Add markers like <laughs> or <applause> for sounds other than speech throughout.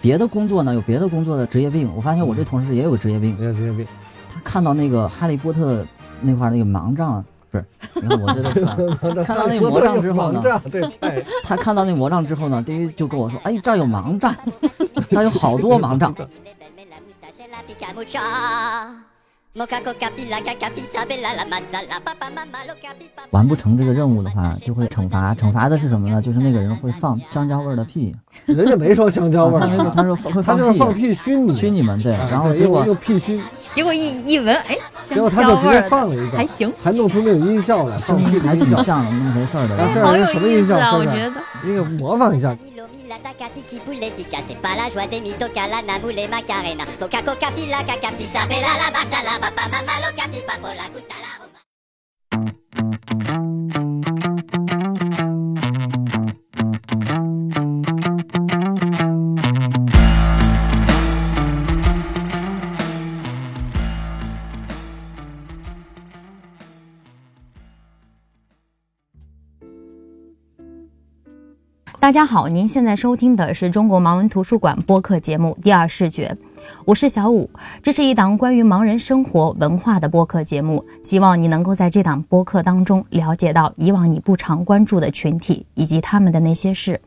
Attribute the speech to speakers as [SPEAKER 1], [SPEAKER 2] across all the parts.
[SPEAKER 1] 别的工作呢有别的工作的职业病，我发
[SPEAKER 2] 嗯
[SPEAKER 1] 现我这同事也有个职业病，
[SPEAKER 2] 没有职业病，
[SPEAKER 1] 他看到那个《哈利波特》那块儿那个盲杖，不是， <laughs> 你看我这都
[SPEAKER 2] <laughs>
[SPEAKER 1] 算了看到那魔杖之后呢
[SPEAKER 2] 魔杖对，
[SPEAKER 1] <laughs>
[SPEAKER 2] 太
[SPEAKER 1] 他看到那魔杖之后呢，第一就跟我说：“哎，这儿有盲杖，这儿有好多盲杖。完不成这个任务的话，就会惩罚。惩罚的是什么呢？就是那个人会放香蕉味儿的屁。
[SPEAKER 2] 人家没说香蕉
[SPEAKER 1] 啊
[SPEAKER 2] 味儿
[SPEAKER 1] 他没说，他说
[SPEAKER 2] 啊，
[SPEAKER 1] 会
[SPEAKER 2] 他就是放
[SPEAKER 1] 屁，
[SPEAKER 2] 屁熏你，
[SPEAKER 1] 熏你们对。
[SPEAKER 2] 啊
[SPEAKER 1] 然后
[SPEAKER 2] 对
[SPEAKER 1] 结果
[SPEAKER 2] 又又屁熏，
[SPEAKER 3] 结果一一闻，哎，
[SPEAKER 2] 结果
[SPEAKER 3] 香
[SPEAKER 2] 他就
[SPEAKER 3] 蕉
[SPEAKER 2] 直
[SPEAKER 3] 味
[SPEAKER 2] 接
[SPEAKER 3] 儿的，
[SPEAKER 2] 放了一个，
[SPEAKER 3] 还行，
[SPEAKER 2] 还弄出那种音效来，放
[SPEAKER 1] 声
[SPEAKER 2] 屁
[SPEAKER 1] 音还
[SPEAKER 2] 的音
[SPEAKER 1] 挺
[SPEAKER 2] 效，
[SPEAKER 1] 像那么回事儿的
[SPEAKER 2] 然后
[SPEAKER 1] 人。
[SPEAKER 2] 这
[SPEAKER 3] 好
[SPEAKER 2] 人
[SPEAKER 3] 有
[SPEAKER 2] 什么
[SPEAKER 3] 意
[SPEAKER 2] 印
[SPEAKER 3] 思
[SPEAKER 2] 象？
[SPEAKER 3] 啊！我
[SPEAKER 2] 现
[SPEAKER 3] 觉
[SPEAKER 2] 在
[SPEAKER 3] 得
[SPEAKER 2] 你给模仿一下，
[SPEAKER 4] 大家好，您现在收听的是中国盲文图书馆播客节目《第二视觉》，我是小五。这是一档关于盲人生活文化的播客节目，希望你能够在这档播客当中了解到以往你不常关注的群体以及他们的那些事。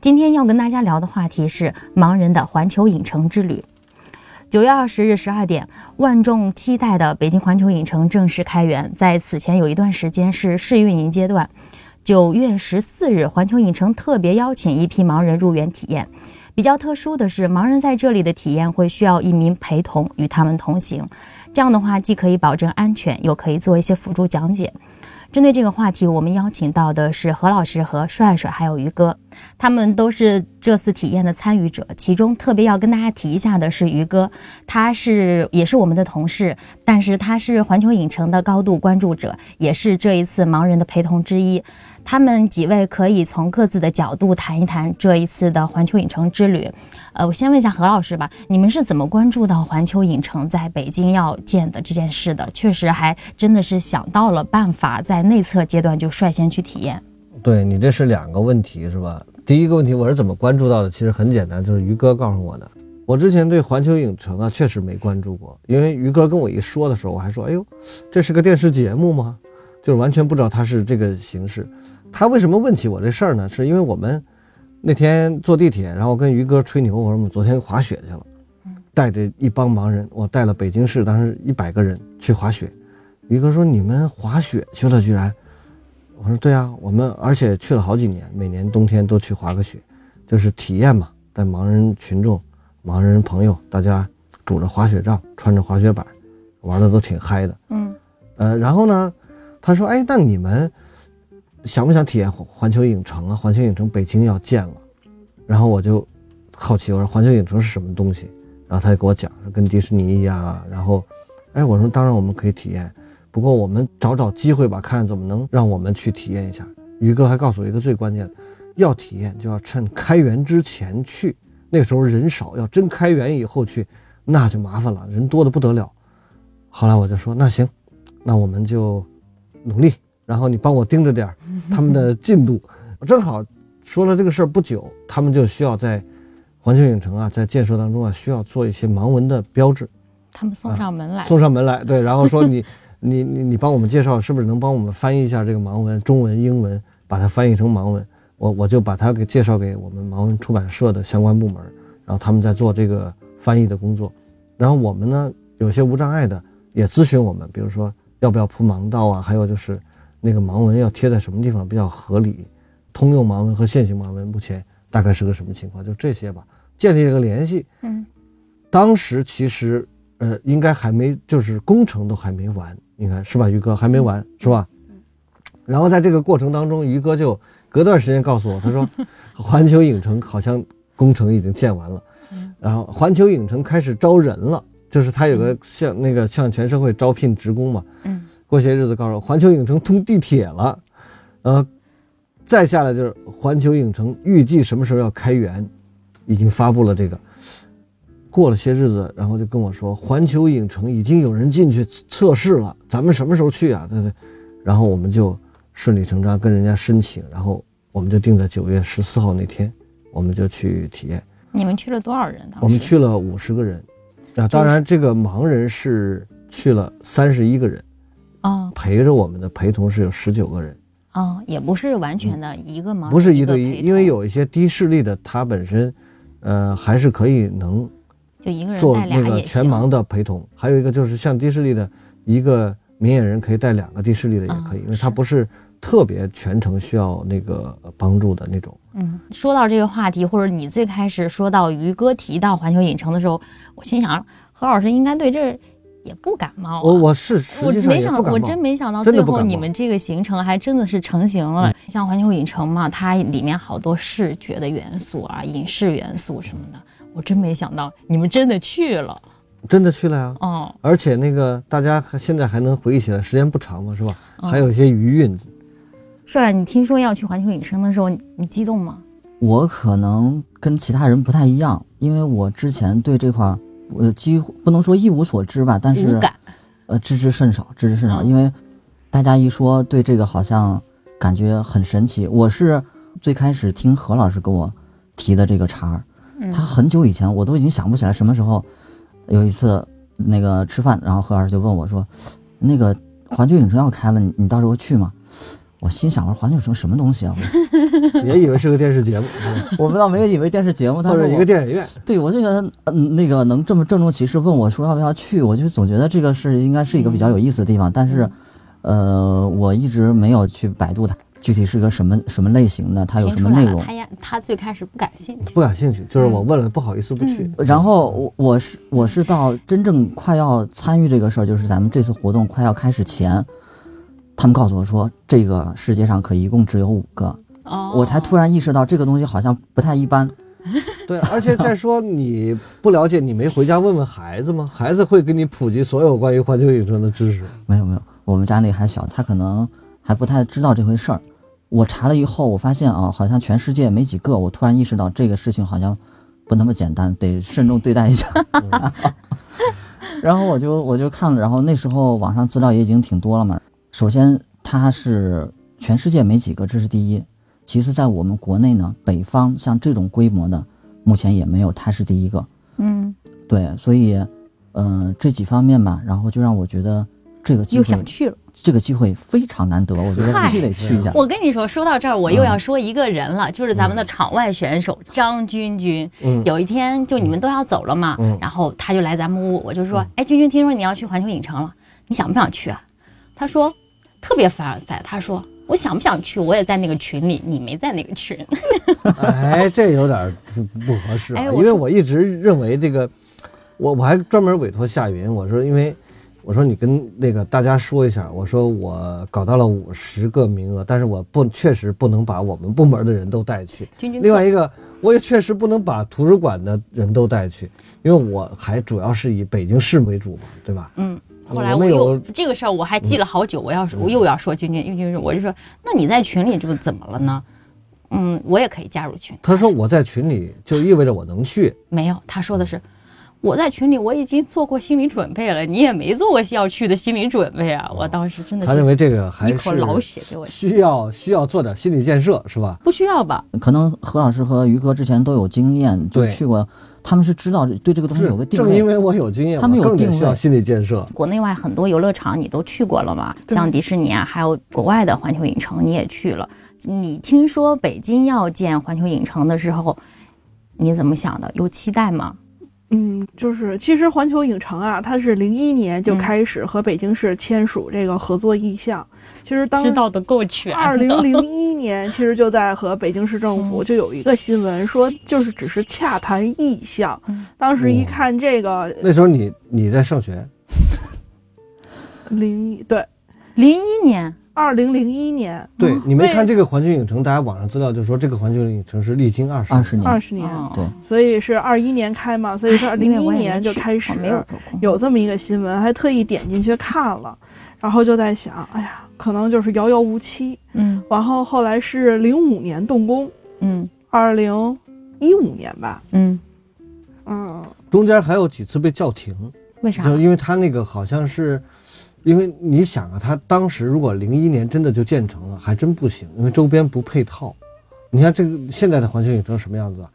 [SPEAKER 4] 今天要跟大家聊的话题是盲人的环球影城之旅。九月二十日十二点，万众期待的北京环球影城正式开园。在此前有一段时间是试运营阶段，九月十四日，环球影城特别邀请一批盲人入园体验。比较特殊的是，盲人在这里的体验会需要一名陪同与他们同行，这样的话既可以保证安全，又可以做一些辅助讲解。针对这个话题，我们邀请到的是何老师和帅帅，还有于哥，他们都是这次体验的参与者。其中特别要跟大家提一下的是于哥，他是也是我们的同事，但是他是环球影城的高度关注者，也是这一次盲人的陪同之一。他们几位可以从各自的角度谈一谈这一次的环球影城之旅。呃，我先问一下何老师吧，你们是怎么关注到环球影城在北京要建的这件事的？确实还真的是想到了办法，在内测阶段就率先去体验。
[SPEAKER 2] 对你这是两个问题是吧？第一个问题我是怎么关注到的？其实很简单，就是于哥告诉我的。我之前对环球影城啊确实没关注过，因为于哥跟我一说的时候，我还说：“哎呦，这是个电视节目吗？”就是完全不知道它是这个形式。他为什么问起我这事儿呢？是因为我们那天坐地铁，然后跟于哥吹牛，我说我们昨天滑雪去了，带着一帮盲人，我带了北京市当时一百个人去滑雪。于哥说：“你们滑雪去了，居然！”我说对啊，我们而且去了好几年，每年冬天都去滑个雪，就是体验嘛，带盲人群众、盲人朋友，大家拄着滑雪杖，穿着滑雪板，玩的都挺嗨的。
[SPEAKER 4] 嗯，
[SPEAKER 2] 呃，然后呢，他说，哎，那你们想不想体验环环球影城啊？环球影城北京要建了，然后我就好奇，我说环球影城是什么东西？然后他就给我讲，说跟迪士尼一样啊。然后，哎，我说当然我们可以体验，不过我们找找机会吧，看怎么能让我们去体验一下。于哥还告诉我一个最关键的，要体验就要趁开园之前去，那个时候人少，要真开园以后去，那就麻烦了，人多的不得了。后来我就说那行，那我们就努力，然后你帮我盯着点儿他们的进度。我正好说了这个事儿不久，他们就需要在环球影城啊，在建设当中啊，需要做一些盲文的标志。
[SPEAKER 4] 他们送上门来，
[SPEAKER 2] 啊送上门来，对，然后说
[SPEAKER 4] <laughs>
[SPEAKER 2] 你你你你帮我们介绍，是不是能帮我们翻译一下这个盲文，中文、英文，把它翻译成盲文？我我就把它给介绍给我们盲文出版社的相关部门，然后他们在做这个翻译的工作。然后我们呢，有些无障碍的也咨询我们，比如说要不要铺盲道啊，还有就是那个盲文要贴在什么地方比较合理，通用盲文和线性盲文目前大概是个什么情况？就这些吧，建立了个联系。
[SPEAKER 4] 嗯，
[SPEAKER 2] 当时其实呃，应该还没，就是工程都还没完，应该是吧，于哥还没完、是吧？然后在这个过程当中，于哥就隔段时间告诉我，他说环球影城好像工程已经建完了，然后环球影城开始招人了，就是他有个向那个向全社会招聘职工嘛。
[SPEAKER 4] 嗯，
[SPEAKER 2] 过些日子告诉我，环球影城通地铁了，呃，再下来就是环球影城预计什么时候要开园，已经发布了这个。过了些日子，然后就跟我说，环球影城已经有人进去测试了，咱们什么时候去啊？对对，然后我们就顺理成章跟人家申请，然后我们就定在九月十四号那天，我们就去体验。
[SPEAKER 4] 你们去了多少人？当时
[SPEAKER 2] 我们去了五十个人，啊，当然这个盲人是去了三十一个人，
[SPEAKER 4] 哦
[SPEAKER 2] 陪着我们的陪同是有十九个人，
[SPEAKER 4] 哦，也不是完全的一个盲人
[SPEAKER 2] 不是一对一，
[SPEAKER 4] 陪同
[SPEAKER 2] 因为有一些低视力的他本身，呃，还是可以能
[SPEAKER 4] 就一个人
[SPEAKER 2] 做
[SPEAKER 4] 带俩
[SPEAKER 2] 那个
[SPEAKER 4] 也
[SPEAKER 2] 全
[SPEAKER 4] 行
[SPEAKER 2] 盲的陪同，还有一个就是像低视力的一个明眼人可以带两个低视力的也可以，
[SPEAKER 4] 嗯
[SPEAKER 2] 因为他
[SPEAKER 4] 是
[SPEAKER 2] 不是特别全程需要那个呃帮助的那种。
[SPEAKER 4] 嗯，说到这个话题，或者你最开始说到于哥提到环球影城的时候，我心想何老师应该对这儿也不感冒、啊。
[SPEAKER 2] 我我是实
[SPEAKER 4] 我
[SPEAKER 2] 际上
[SPEAKER 4] 没
[SPEAKER 2] 也
[SPEAKER 4] 想
[SPEAKER 2] 不
[SPEAKER 4] 到，
[SPEAKER 2] 感
[SPEAKER 4] 我
[SPEAKER 2] 冒
[SPEAKER 4] 真，没想到，
[SPEAKER 2] 真
[SPEAKER 4] 最
[SPEAKER 2] 的不
[SPEAKER 4] 后
[SPEAKER 2] 感
[SPEAKER 4] 你
[SPEAKER 2] 冒
[SPEAKER 4] 们这个行程还真的是成型了。
[SPEAKER 2] 嗯
[SPEAKER 4] 像环球影城嘛，它里面好多视觉的元素啊、影视元素什么的，我真没想到你们真的去了。
[SPEAKER 2] 真的去了呀。
[SPEAKER 4] 哦，
[SPEAKER 2] 而且那个大家还现在还能回忆起来，时间不长嘛，是吧？
[SPEAKER 4] 嗯
[SPEAKER 2] 还有一些余韵，
[SPEAKER 4] 帅，你听说要去环球影城的时候，你你激动吗？
[SPEAKER 1] 我可能跟其他人不太一样，因为我之前对这块儿，我几乎不能说一无所知吧，但
[SPEAKER 4] 无
[SPEAKER 1] 是
[SPEAKER 4] 感。
[SPEAKER 1] 呃知之甚少，知之甚少，
[SPEAKER 4] 嗯
[SPEAKER 1] 因为大家一说对这个好像感觉很神奇。我是最开始听何老师跟我提的这个茬儿，
[SPEAKER 4] 嗯
[SPEAKER 1] 他很久以前我都已经想不起来什么时候有一次那个吃饭，然后何老师就问我说，那个环球影城要开了，你你到时候去吗？我心想，我说环球影城什么东西啊？我
[SPEAKER 2] 也以为是个电视节
[SPEAKER 4] <laughs>
[SPEAKER 2] 目，嗯
[SPEAKER 1] 我不知 <laughs> 道，没有以为电视节目，但
[SPEAKER 2] 或
[SPEAKER 1] 是
[SPEAKER 2] 者
[SPEAKER 1] 我
[SPEAKER 2] 一个电影院。
[SPEAKER 1] 对我这个嗯、那个能这么郑重其事问我说要不要去，我就总觉得这个是应该是一个比较有意思的地方，但是，
[SPEAKER 4] 嗯
[SPEAKER 1] 呃，我一直没有去百度它具体是个什么什么类型的，它有
[SPEAKER 4] 听
[SPEAKER 1] 什么
[SPEAKER 4] 出来
[SPEAKER 1] 内
[SPEAKER 4] 了
[SPEAKER 1] 容。
[SPEAKER 4] 他呀，他最开始不感兴趣。
[SPEAKER 2] 不感兴趣，就是我问了，不好意思不去。
[SPEAKER 1] 然后我我是我是到真正快要参与这个事儿，就是咱们这次活动快要开始前，他们告诉我说这个世界上可一共只有五个，
[SPEAKER 4] 哦，
[SPEAKER 1] 我才突然意识到这个东西好像不太一般。
[SPEAKER 2] 对，而且再说你不了解，你没回家问问孩子吗？孩子会给你普及所有关于环球影城的知识。
[SPEAKER 1] 没有没有，我们家那个还小，他可能还不太知道这回事儿。我查了以后，我发现啊，好像全世界没几个。我突然意识到这个事情好像不那么简单，得慎重对待一下。 <laughs> 然后我就我就看了，然后那时候网上资料也已经挺多了嘛。首先，它是全世界没几个，这是第一。其次，在我们国内呢，北方像这种规模的，目前也没有，它是第一个。
[SPEAKER 4] 嗯，
[SPEAKER 1] 对，所以，嗯、这几方面吧，然后就让我觉得这个机
[SPEAKER 4] 又
[SPEAKER 1] 会
[SPEAKER 4] 想去了。
[SPEAKER 1] 这个机会非常难得，我觉得
[SPEAKER 4] 嗨
[SPEAKER 1] 必须得去一下。
[SPEAKER 4] 我跟你说，说到这儿，我又要说一个人了，就是咱们的场外选手张军军。
[SPEAKER 2] 嗯，
[SPEAKER 4] 有一天，就你们都要走了嘛，
[SPEAKER 2] 嗯
[SPEAKER 4] 然后他就来咱们屋，我就说：“哎，君君，听说你要去环球影城了，你想不想去、啊？”他说：“特别凡尔赛。”他说：“我想不想去？我也在那个群里，你没在那个群。 <laughs>
[SPEAKER 2] 哎，这有点不不合适啊，
[SPEAKER 4] 哎我
[SPEAKER 2] 因为我一直认为这个，我我还专门委托夏云，我说因为。我说你跟那个大家说一下，我说我搞到了五十个名额，但是我不确实不能把我们部门的人都带去。
[SPEAKER 4] 君君特，
[SPEAKER 2] 另外一个，我也确实不能把图书馆的人都带去，因为我还主要是以北京市为主嘛，对吧？
[SPEAKER 4] 嗯。”后来
[SPEAKER 2] 我
[SPEAKER 4] 我
[SPEAKER 2] 们
[SPEAKER 4] 又
[SPEAKER 2] 有嗯
[SPEAKER 4] 这个事儿我还记了好久，我要我又要说君君，君君，我就说那你在群里就怎么了呢？嗯，我也可以加入群。
[SPEAKER 2] 他说我在群里就意味着我能去，
[SPEAKER 4] 没有，他说的是，我在群里我已经做过心理准备了，你也没做过要去的心理准备啊！我当时真的
[SPEAKER 2] 他认
[SPEAKER 4] 是
[SPEAKER 2] 为这个还
[SPEAKER 4] 一口老
[SPEAKER 2] 是
[SPEAKER 4] 血给我吸，
[SPEAKER 2] 需要需要做点心理建设，是吧？
[SPEAKER 4] 不需要吧？
[SPEAKER 1] 可能何老师和于哥之前都有经验，就
[SPEAKER 2] 对
[SPEAKER 1] 去过，他们是知道对这个东西
[SPEAKER 2] 是
[SPEAKER 1] 有个定
[SPEAKER 2] 正因
[SPEAKER 1] 位。
[SPEAKER 2] 为我有经验，
[SPEAKER 1] 他们有
[SPEAKER 2] 我更得
[SPEAKER 1] 定位
[SPEAKER 2] 需要心理建设。
[SPEAKER 4] 国内外很多游乐场你都去过了嘛，像迪士尼啊，还有国外的环球影城你也去了。你听说北京要建环球影城的时候，你怎么想的？有期待吗？
[SPEAKER 5] 嗯，就是其实环球影城啊，它是零一年就
[SPEAKER 4] 嗯
[SPEAKER 5] 开始和北京市签署这个合作意向。其实当
[SPEAKER 4] 的够全
[SPEAKER 5] 二零零一年，其实就在和北京市政
[SPEAKER 4] 嗯
[SPEAKER 5] 府就有一个新闻说，就是只是洽谈意向
[SPEAKER 4] 嗯。
[SPEAKER 5] 当时一
[SPEAKER 2] 哇
[SPEAKER 5] 看这个
[SPEAKER 2] 那时候你你在上
[SPEAKER 1] 嗯
[SPEAKER 2] 学，
[SPEAKER 5] 零一对
[SPEAKER 4] 零一年，
[SPEAKER 5] 二零零一年
[SPEAKER 2] 对你没
[SPEAKER 5] 对
[SPEAKER 2] 看这个环球影城，大家网上资料就说这个环球影城是历经二十
[SPEAKER 1] 二十
[SPEAKER 5] 二
[SPEAKER 1] 年，
[SPEAKER 5] 十年，
[SPEAKER 4] 哦
[SPEAKER 1] 对
[SPEAKER 5] 所以是二一年开嘛，所以说
[SPEAKER 4] 哎因为
[SPEAKER 5] 零一
[SPEAKER 4] 我也没
[SPEAKER 5] 年就
[SPEAKER 4] 去
[SPEAKER 5] 开始
[SPEAKER 4] 我没有做功课
[SPEAKER 5] 有这么一个新闻，还特意点进去看了，然后就在想，哎呀，可能就是遥遥无期。
[SPEAKER 4] 嗯
[SPEAKER 5] 然后后来是零五年动工，
[SPEAKER 4] 嗯
[SPEAKER 5] 二零一五年吧，
[SPEAKER 4] 嗯，
[SPEAKER 5] 嗯，
[SPEAKER 2] 中间还有几次被叫停，
[SPEAKER 4] 为
[SPEAKER 1] 啊
[SPEAKER 4] 啥？
[SPEAKER 2] 就因为他那个好像是，因为你想啊，他当时如果零一年真的就建成了，还真不行，因为周边不配套。你看这个现在的环球影城什么样子啊？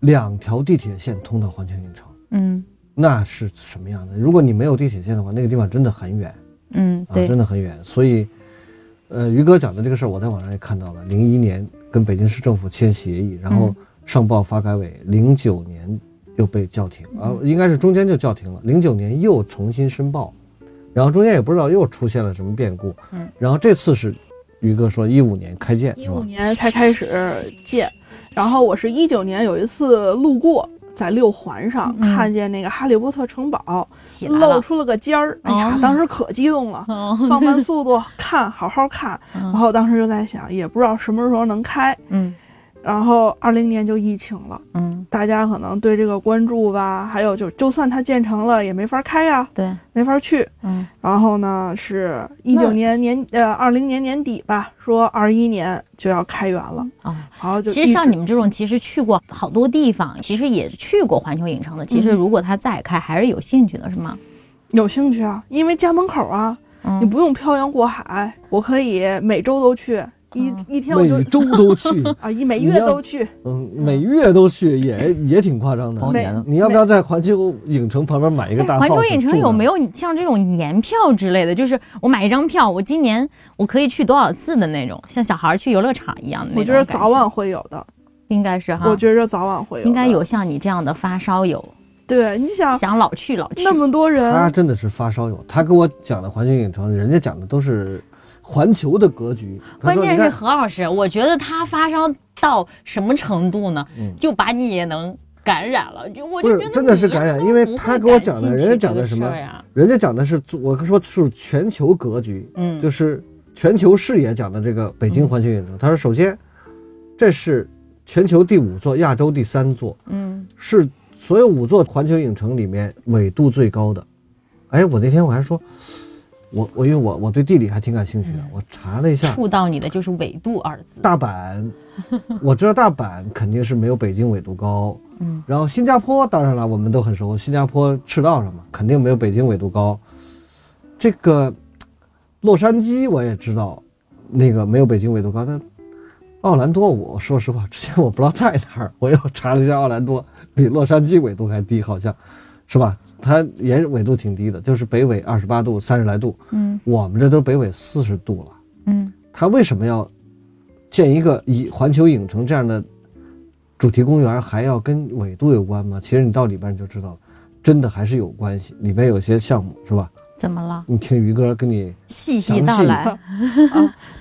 [SPEAKER 2] 两条地铁线通到环球影城，
[SPEAKER 3] 嗯
[SPEAKER 2] 那是什么样的？如果你没有地铁线的话，那个地方真的很远
[SPEAKER 3] 嗯，
[SPEAKER 2] 啊，
[SPEAKER 3] 对
[SPEAKER 2] 真，的很远。所以，呃，于哥讲的这个事儿，我在网上也看到了。零一年跟北京市政府签协议，然后上报发改委，零九年又被叫停啊，应该是中间就叫停了。零九年又重新申报，然后中间也不知道又出现了什么变故。
[SPEAKER 3] 嗯，
[SPEAKER 2] 然后这次是于哥说一五年开建，
[SPEAKER 5] 一
[SPEAKER 2] 是
[SPEAKER 5] 五
[SPEAKER 2] 吧？
[SPEAKER 5] 年才开始建，然后我是一九年有一次路过。在六环上
[SPEAKER 3] 嗯
[SPEAKER 5] 看见那个《哈利波特》城堡
[SPEAKER 4] 起来
[SPEAKER 5] 露
[SPEAKER 4] 了，
[SPEAKER 5] 出了个尖儿，哎呀
[SPEAKER 3] 哦，
[SPEAKER 5] 当时可激动了，
[SPEAKER 3] 哦
[SPEAKER 5] 放慢速度看，好好看。然后当时就在想，也不知道什么时候能开。
[SPEAKER 3] 嗯
[SPEAKER 5] 然后二零年就疫情了，
[SPEAKER 3] 嗯，
[SPEAKER 5] 大家可能对这个关注吧，还有就就算它建成了，也没法开呀、
[SPEAKER 3] 对，
[SPEAKER 5] 没法去。
[SPEAKER 3] 嗯
[SPEAKER 5] 然后呢，是一
[SPEAKER 3] 那
[SPEAKER 5] 九年年呃二零年年底吧，说二一年就要开园了，
[SPEAKER 4] 哦
[SPEAKER 3] 啊。
[SPEAKER 5] 然后就
[SPEAKER 4] 嗯其
[SPEAKER 5] 一
[SPEAKER 4] 实
[SPEAKER 5] 直
[SPEAKER 4] 像你们这种，其实去过好多地方，其实也去过环球影城的。其实
[SPEAKER 5] 嗯
[SPEAKER 4] 如果它再开，还是有兴趣的，是吗？嗯
[SPEAKER 5] 有兴趣啊，因为家门口啊，你不用漂洋过海，我可以每周都去，一、
[SPEAKER 4] 嗯
[SPEAKER 5] 一天我就
[SPEAKER 2] 每周都去，
[SPEAKER 5] 啊一每
[SPEAKER 2] 你
[SPEAKER 5] 月
[SPEAKER 2] 要
[SPEAKER 5] 都去，
[SPEAKER 2] 嗯，每月都去也也挺夸张
[SPEAKER 1] 包
[SPEAKER 2] 的。
[SPEAKER 1] 年了
[SPEAKER 2] 你要不要在环球影城旁边买一个大 house
[SPEAKER 4] 环
[SPEAKER 2] 住呢？
[SPEAKER 4] 球影城有没有像这种年票之类的？就是我买一张票，我今年我可以去多少次的那种，像小孩儿去游乐场一样的那
[SPEAKER 5] 我
[SPEAKER 4] 种
[SPEAKER 5] 觉得
[SPEAKER 4] 感
[SPEAKER 5] 早晚会有的，
[SPEAKER 4] 应该是哈，
[SPEAKER 5] 我觉着早晚会有的，
[SPEAKER 4] 应该有像你这样的发烧友，
[SPEAKER 5] 对，你想
[SPEAKER 4] 想老去老去
[SPEAKER 5] 啊那。么多
[SPEAKER 2] 他
[SPEAKER 5] 人，
[SPEAKER 2] 真的是发烧友，他跟我讲的环球影城，人家讲的都是环球的格局。他
[SPEAKER 6] 关
[SPEAKER 2] 说：“你
[SPEAKER 6] 键是
[SPEAKER 2] 看，
[SPEAKER 6] 何老师，我觉得他发烧到什么程度呢？
[SPEAKER 2] 嗯
[SPEAKER 6] 就把你也能感染了，就我
[SPEAKER 2] 不
[SPEAKER 6] 就是觉得
[SPEAKER 2] 真的
[SPEAKER 6] 你
[SPEAKER 2] 是感染
[SPEAKER 6] 都
[SPEAKER 2] 因为
[SPEAKER 6] 不
[SPEAKER 2] 他
[SPEAKER 6] 会
[SPEAKER 2] 给我
[SPEAKER 6] 感
[SPEAKER 2] 讲的
[SPEAKER 6] 兴
[SPEAKER 2] 人
[SPEAKER 6] 趣
[SPEAKER 2] 家
[SPEAKER 6] 这
[SPEAKER 2] 讲
[SPEAKER 6] 个
[SPEAKER 2] 的什
[SPEAKER 6] 事
[SPEAKER 2] 么
[SPEAKER 6] 儿呀
[SPEAKER 2] 人家讲的是我说是全球格局，
[SPEAKER 6] 嗯，
[SPEAKER 2] 就是全球视野讲的这个北京环球影城。他说，首先这是全球第五座，亚洲第三座，
[SPEAKER 6] 嗯
[SPEAKER 2] 是所有五座环球影城里面纬度最高的。哎，我那天我还说，我我因为我我对地理还挺感兴趣
[SPEAKER 6] 嗯
[SPEAKER 2] 的，我查了一下，
[SPEAKER 6] 触到你的就是纬度二字。
[SPEAKER 2] 大阪，我知道大阪肯定是没有北京纬度高。嗯，然后新加坡当然了，我们都很熟，新加坡赤道上嘛，肯定没有北京纬度高。这个洛杉矶我也知道，那个没有北京纬度高，但奥兰多我说实话，之前我不知道在哪儿，我又查了一下奥兰多比洛杉矶纬度还低，好像是吧？它也是纬度挺低的，就是北纬二十八度、三十来度，
[SPEAKER 3] 嗯
[SPEAKER 2] 我们这都北纬四十度了。
[SPEAKER 3] 嗯
[SPEAKER 2] 他为什么要建一个以环球影城这样的主题公园，还要跟纬度有关吗？其实你到里边你就知道了，真的还是有关系。里边有些项目是吧？
[SPEAKER 4] 怎么了？
[SPEAKER 2] 你听于哥跟你
[SPEAKER 4] 细
[SPEAKER 2] 详
[SPEAKER 4] 细
[SPEAKER 2] 细
[SPEAKER 4] 道来。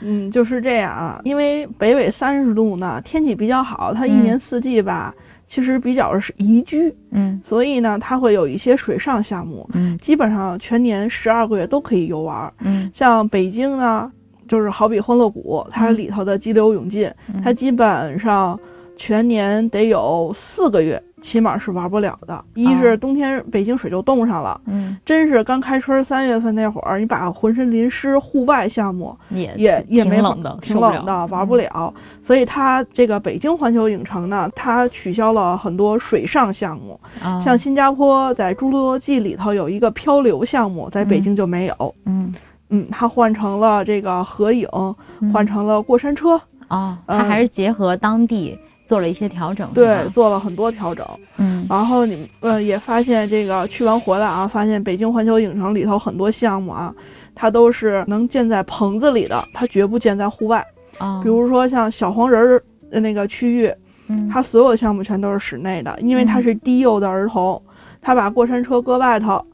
[SPEAKER 5] 嗯，就是这样啊。因为北纬三十度呢，天气比较好，它一
[SPEAKER 4] 嗯
[SPEAKER 5] 年四季吧，其实比较是宜居，
[SPEAKER 3] 嗯
[SPEAKER 5] 所以呢，它会有一些水上项目，
[SPEAKER 3] 嗯
[SPEAKER 5] 基本上全年十二个月都可以游玩儿。
[SPEAKER 3] 嗯
[SPEAKER 5] 像北京呢，就是好比欢乐谷，它里头的激流勇进，
[SPEAKER 3] 嗯
[SPEAKER 5] 它基本上全年得有四个月，起码是玩不了的。一
[SPEAKER 6] 啊
[SPEAKER 5] 是冬天北京水就冻上了，
[SPEAKER 3] 嗯，
[SPEAKER 5] 真是刚开春三月份那会儿，你把浑身淋湿，户外项目
[SPEAKER 6] 也
[SPEAKER 5] 也也
[SPEAKER 6] 呃
[SPEAKER 5] 没
[SPEAKER 6] 挺
[SPEAKER 5] 法
[SPEAKER 6] 冷的，
[SPEAKER 5] 挺
[SPEAKER 6] 受不
[SPEAKER 5] 冷的，
[SPEAKER 6] 了嗯
[SPEAKER 5] 玩不了。所以它这个北京环球影城呢，它取消了很多水上项目，
[SPEAKER 3] 啊
[SPEAKER 4] 哦
[SPEAKER 5] 像新加坡在《侏罗纪》里头有一个漂流项目，在北京就没有。
[SPEAKER 3] 嗯
[SPEAKER 5] 嗯，它换成了这个合影，
[SPEAKER 4] 嗯
[SPEAKER 6] 嗯
[SPEAKER 5] 换成了过山车，
[SPEAKER 4] 哦，
[SPEAKER 5] 嗯
[SPEAKER 4] 它还是结合当地做了一些调整，是吧
[SPEAKER 5] 对，做了很多调整。
[SPEAKER 4] 嗯
[SPEAKER 5] 然后你们呃也发现这个去完回来啊，发现北京环球影城里头很多项目啊，它都是能建在棚子里的，它绝不建在户外。
[SPEAKER 4] 哦，
[SPEAKER 5] 啊比如说像小黄人儿的那个区域，
[SPEAKER 4] 嗯
[SPEAKER 5] 它所有项目全都是室内的，因为它是低幼的儿童，它把过山车搁外头。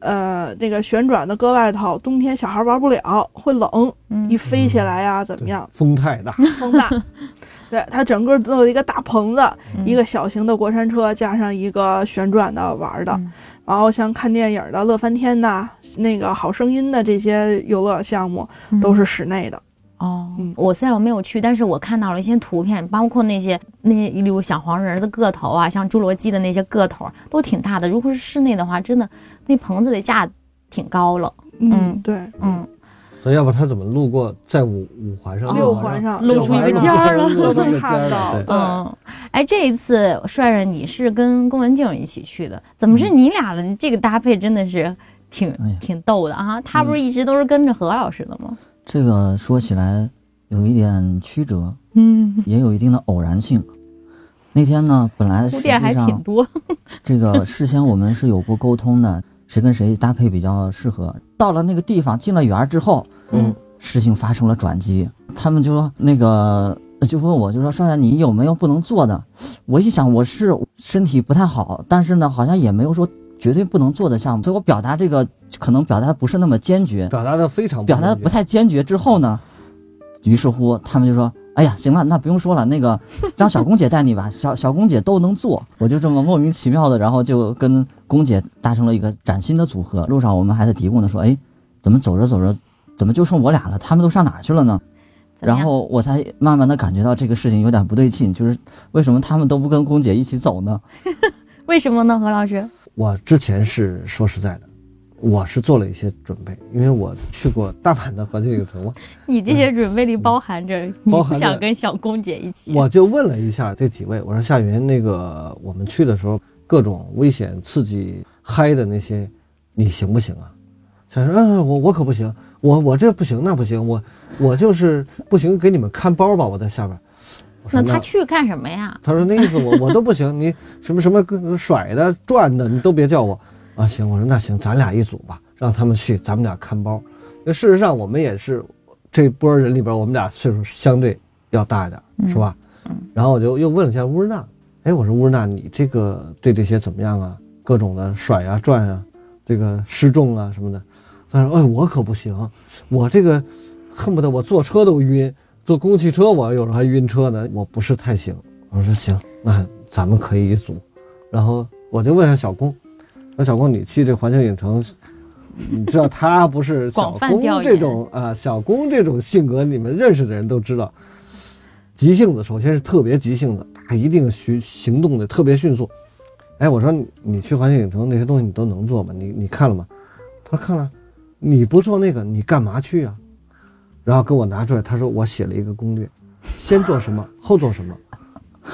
[SPEAKER 5] 呃，那个旋转的搁外头，冬天小孩玩不了，会冷，
[SPEAKER 3] 嗯
[SPEAKER 5] 一飞起来呀、怎么样？
[SPEAKER 2] 风太大，
[SPEAKER 5] 风大。对，它整个弄了一个大棚子，
[SPEAKER 3] 嗯
[SPEAKER 5] 一个小型的过山车加上一个旋转的玩儿的，
[SPEAKER 3] 嗯
[SPEAKER 5] 然后像看电影的乐翻天呐、那个好声音的这些游乐项目
[SPEAKER 6] 嗯
[SPEAKER 4] 嗯
[SPEAKER 5] 都是室内的。
[SPEAKER 4] 哦
[SPEAKER 5] 嗯，
[SPEAKER 4] 我虽然我没有去，但是我看到了一些图片，包括那些那些例如小黄人的个头啊，像侏罗纪的那些个头都挺大的。如果是室内的话，真的那棚子得架挺高了。嗯
[SPEAKER 5] 对，
[SPEAKER 4] 嗯，
[SPEAKER 2] 所以要不他怎么路过在五五环上
[SPEAKER 5] 哦六环上
[SPEAKER 6] 露
[SPEAKER 5] 六
[SPEAKER 6] 出一
[SPEAKER 5] 环
[SPEAKER 6] 个
[SPEAKER 5] 上
[SPEAKER 6] 尖儿
[SPEAKER 2] 了
[SPEAKER 5] 都
[SPEAKER 2] 露出一
[SPEAKER 5] 能
[SPEAKER 2] 个尖儿
[SPEAKER 5] 看到
[SPEAKER 2] 了。。对
[SPEAKER 5] 对，
[SPEAKER 4] 嗯，哎，这一次帅帅你是跟龚文静一起去的，怎么是你俩了？这个搭配真的是挺、
[SPEAKER 1] 嗯哎呀嗯
[SPEAKER 4] 挺逗的啊！他不是一直都是跟着何老师的吗？
[SPEAKER 1] 这个说起来有一点曲折，
[SPEAKER 4] 嗯
[SPEAKER 1] 也有一定的偶然性。那天呢，本来实
[SPEAKER 6] 铺
[SPEAKER 1] 际
[SPEAKER 6] 垫还挺
[SPEAKER 1] 上
[SPEAKER 6] 多。
[SPEAKER 1] 这个事先我们是有过沟通的，谁跟谁搭配比较适合。到了那个地方，进了园儿之后，
[SPEAKER 2] 嗯，
[SPEAKER 1] 事情发生了转机，他们就说那个就问我，就说帅帅你有没有不能做的？我一想我是身体不太好，但是呢好像也没有说绝对不能做的项目，所以我表达这个可能表达的不是那么坚决，
[SPEAKER 2] 表达的非常
[SPEAKER 1] 表达的不太坚决之后呢，于是乎他们就说。哎呀，行了，那不用说了，那
[SPEAKER 6] <laughs>
[SPEAKER 1] 个让小公姐带你吧，小小公姐都能做，我就这么莫名其妙的，然后就跟公姐达成了一个崭新的组合。路上我们还在嘀咕呢，说，哎，怎么走着走着，怎么就剩我俩了？他们都上哪儿去了呢？
[SPEAKER 6] 怎么
[SPEAKER 1] 然
[SPEAKER 6] 样
[SPEAKER 1] 后我才慢慢的感觉到这个事情有点不对劲，就是为什么他们都不跟公姐一起走呢？
[SPEAKER 6] 为什么呢，何老师？
[SPEAKER 2] 我之前是说实在的，我是做了一些准备，因为我去过大阪的环球影城嘛，
[SPEAKER 6] 你这些准备
[SPEAKER 1] 嗯
[SPEAKER 6] 里包含着你
[SPEAKER 2] 包
[SPEAKER 6] 不
[SPEAKER 2] 含着
[SPEAKER 6] 想跟小公姐一起，
[SPEAKER 2] 我就问了一下这几位，我说夏云，那个我们去的时候各种危险、刺激、嗨的那些，你行不行啊？夏云说，嗯，我我可不行，我我这不行那不行，我我就是不行，给你们看包吧，我在下边。我说
[SPEAKER 6] 那他去干什么呀？
[SPEAKER 2] 他说那意思我我都不行，你什么什么各甩的转的你都别叫我啊。行，我说那行，咱俩一组吧，让他们去，咱们俩看包。那事实上我们也是这波人里边，我们俩岁数相对要大一点，是吧？然后我就又问了一下乌日娜，哎，我说乌日娜，你这个对这些怎么样啊？各种的甩啊转啊，这个失重啊什么的。他说，哎，我可不行，我这个恨不得我坐车都晕，坐公共汽车我有时候还晕车呢，我不是太行。我说行，那咱们可以一组。然后我就问一下小龚，我说小龚，你去这环球影城，你知道他不是小
[SPEAKER 6] 广泛
[SPEAKER 2] 龚
[SPEAKER 6] 调研
[SPEAKER 2] 这种啊，小龚这种性格，你们认识的人都知道，急性子首先是特别急性子，他一定行行动的特别迅速。哎，我说你你去环球影城那些东西你都能做吗？你你看了吗？他说看了，你不做那个你干嘛去啊？然后给我拿出来，他说我写了一个攻略，先做什
[SPEAKER 6] <laughs>
[SPEAKER 2] 么，后做什么，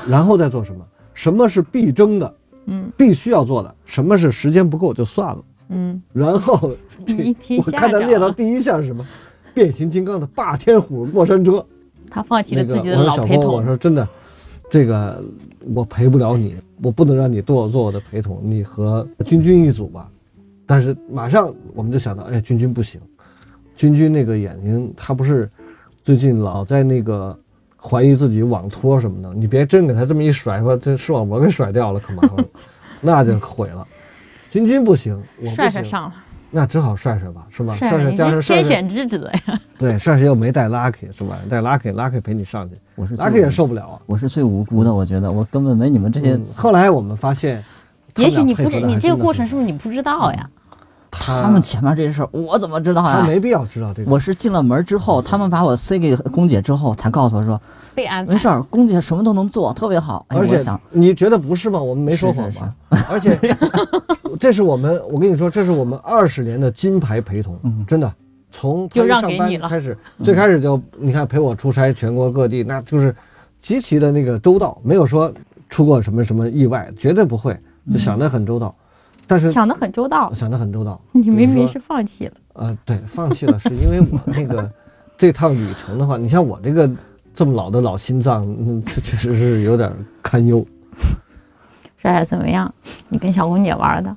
[SPEAKER 2] 然后再做什么，什么是必争的，
[SPEAKER 6] 嗯，
[SPEAKER 2] 必须要做的，什么是时间不够就算了。
[SPEAKER 6] 嗯，
[SPEAKER 2] 然后这
[SPEAKER 6] 你一提啊
[SPEAKER 2] 我
[SPEAKER 6] 吓
[SPEAKER 2] 看他
[SPEAKER 6] 着
[SPEAKER 2] 列到
[SPEAKER 6] 了
[SPEAKER 2] 第一项是什么，变形金刚的霸天虎过山车，
[SPEAKER 6] 他放弃
[SPEAKER 2] 那
[SPEAKER 6] 了
[SPEAKER 2] 个
[SPEAKER 6] 自己的
[SPEAKER 2] 我说
[SPEAKER 6] 老
[SPEAKER 2] 小
[SPEAKER 6] 陪
[SPEAKER 2] 郭，我
[SPEAKER 6] 同，
[SPEAKER 2] 说真的，这个我陪不了你，我不能让你做做我的陪同，你和君君一组吧。但是马上我们就想到，哎，君君不行，君君那个眼睛，他不是最近老在那个怀疑自己网托什么的，你别真给他这么一甩吧，这视网膜给甩掉了，可麻烦了，那就毁了。君君不行，我不
[SPEAKER 6] 帅帅
[SPEAKER 2] 行，
[SPEAKER 6] 上了，那
[SPEAKER 2] 那只好帅帅吧，是吧？
[SPEAKER 6] 帅
[SPEAKER 2] 帅
[SPEAKER 6] 帅，
[SPEAKER 2] 帅
[SPEAKER 6] 你
[SPEAKER 2] 加
[SPEAKER 6] 这
[SPEAKER 2] 上帅帅，
[SPEAKER 6] 天选之子呀！
[SPEAKER 2] 对，帅帅又没带 Lucky 是吧？带 Lucky，Lucky 陪你上去
[SPEAKER 1] 我是最
[SPEAKER 2] ，Lucky 也
[SPEAKER 1] 无
[SPEAKER 2] 受不了啊。
[SPEAKER 1] 我是最无辜的，我觉得我根本没你们这些
[SPEAKER 2] 嗯，后来我们发现，
[SPEAKER 6] 也许你不
[SPEAKER 2] 知
[SPEAKER 6] 知，你这个
[SPEAKER 2] 啊
[SPEAKER 6] 过程是不是你不知道呀？
[SPEAKER 2] 嗯
[SPEAKER 1] 他们前面这些事儿，我怎么知道呀？
[SPEAKER 2] 他没必要知道这个。
[SPEAKER 1] 我是进了门之后，他们把我塞给龚姐之后，才告诉我说
[SPEAKER 6] 被
[SPEAKER 2] 嗯
[SPEAKER 6] 安排
[SPEAKER 1] 没事儿，龚姐什么都能做，特别好。哎、
[SPEAKER 2] 而
[SPEAKER 1] 我
[SPEAKER 2] 且
[SPEAKER 1] 想
[SPEAKER 2] 你觉得不是吗？我们没说谎吧？而且
[SPEAKER 1] <laughs>
[SPEAKER 2] 这是我们，我跟你说，这是我们二十年的金牌陪同，
[SPEAKER 1] 嗯
[SPEAKER 2] 真的。从
[SPEAKER 6] 就
[SPEAKER 2] 他一
[SPEAKER 6] 让
[SPEAKER 2] 上
[SPEAKER 6] 给你
[SPEAKER 2] 班
[SPEAKER 6] 了
[SPEAKER 2] 开始，最开始就你看陪我出差全国各地，那就是极其的那个周到，没有说出过什么什么意外，绝对不会，
[SPEAKER 1] 嗯
[SPEAKER 2] 就想得很周到。但是
[SPEAKER 6] 想得很周到，
[SPEAKER 2] 想得很周到，
[SPEAKER 6] 你明
[SPEAKER 2] 嗯比如
[SPEAKER 6] 明
[SPEAKER 2] 说
[SPEAKER 6] 是放弃了，
[SPEAKER 2] 呃，对，放弃了，是因为我那个这趟旅程的话，你像我这个这么老的老心脏，嗯这确实是有点堪忧。
[SPEAKER 6] 帅帅怎么样？你跟小公姐玩的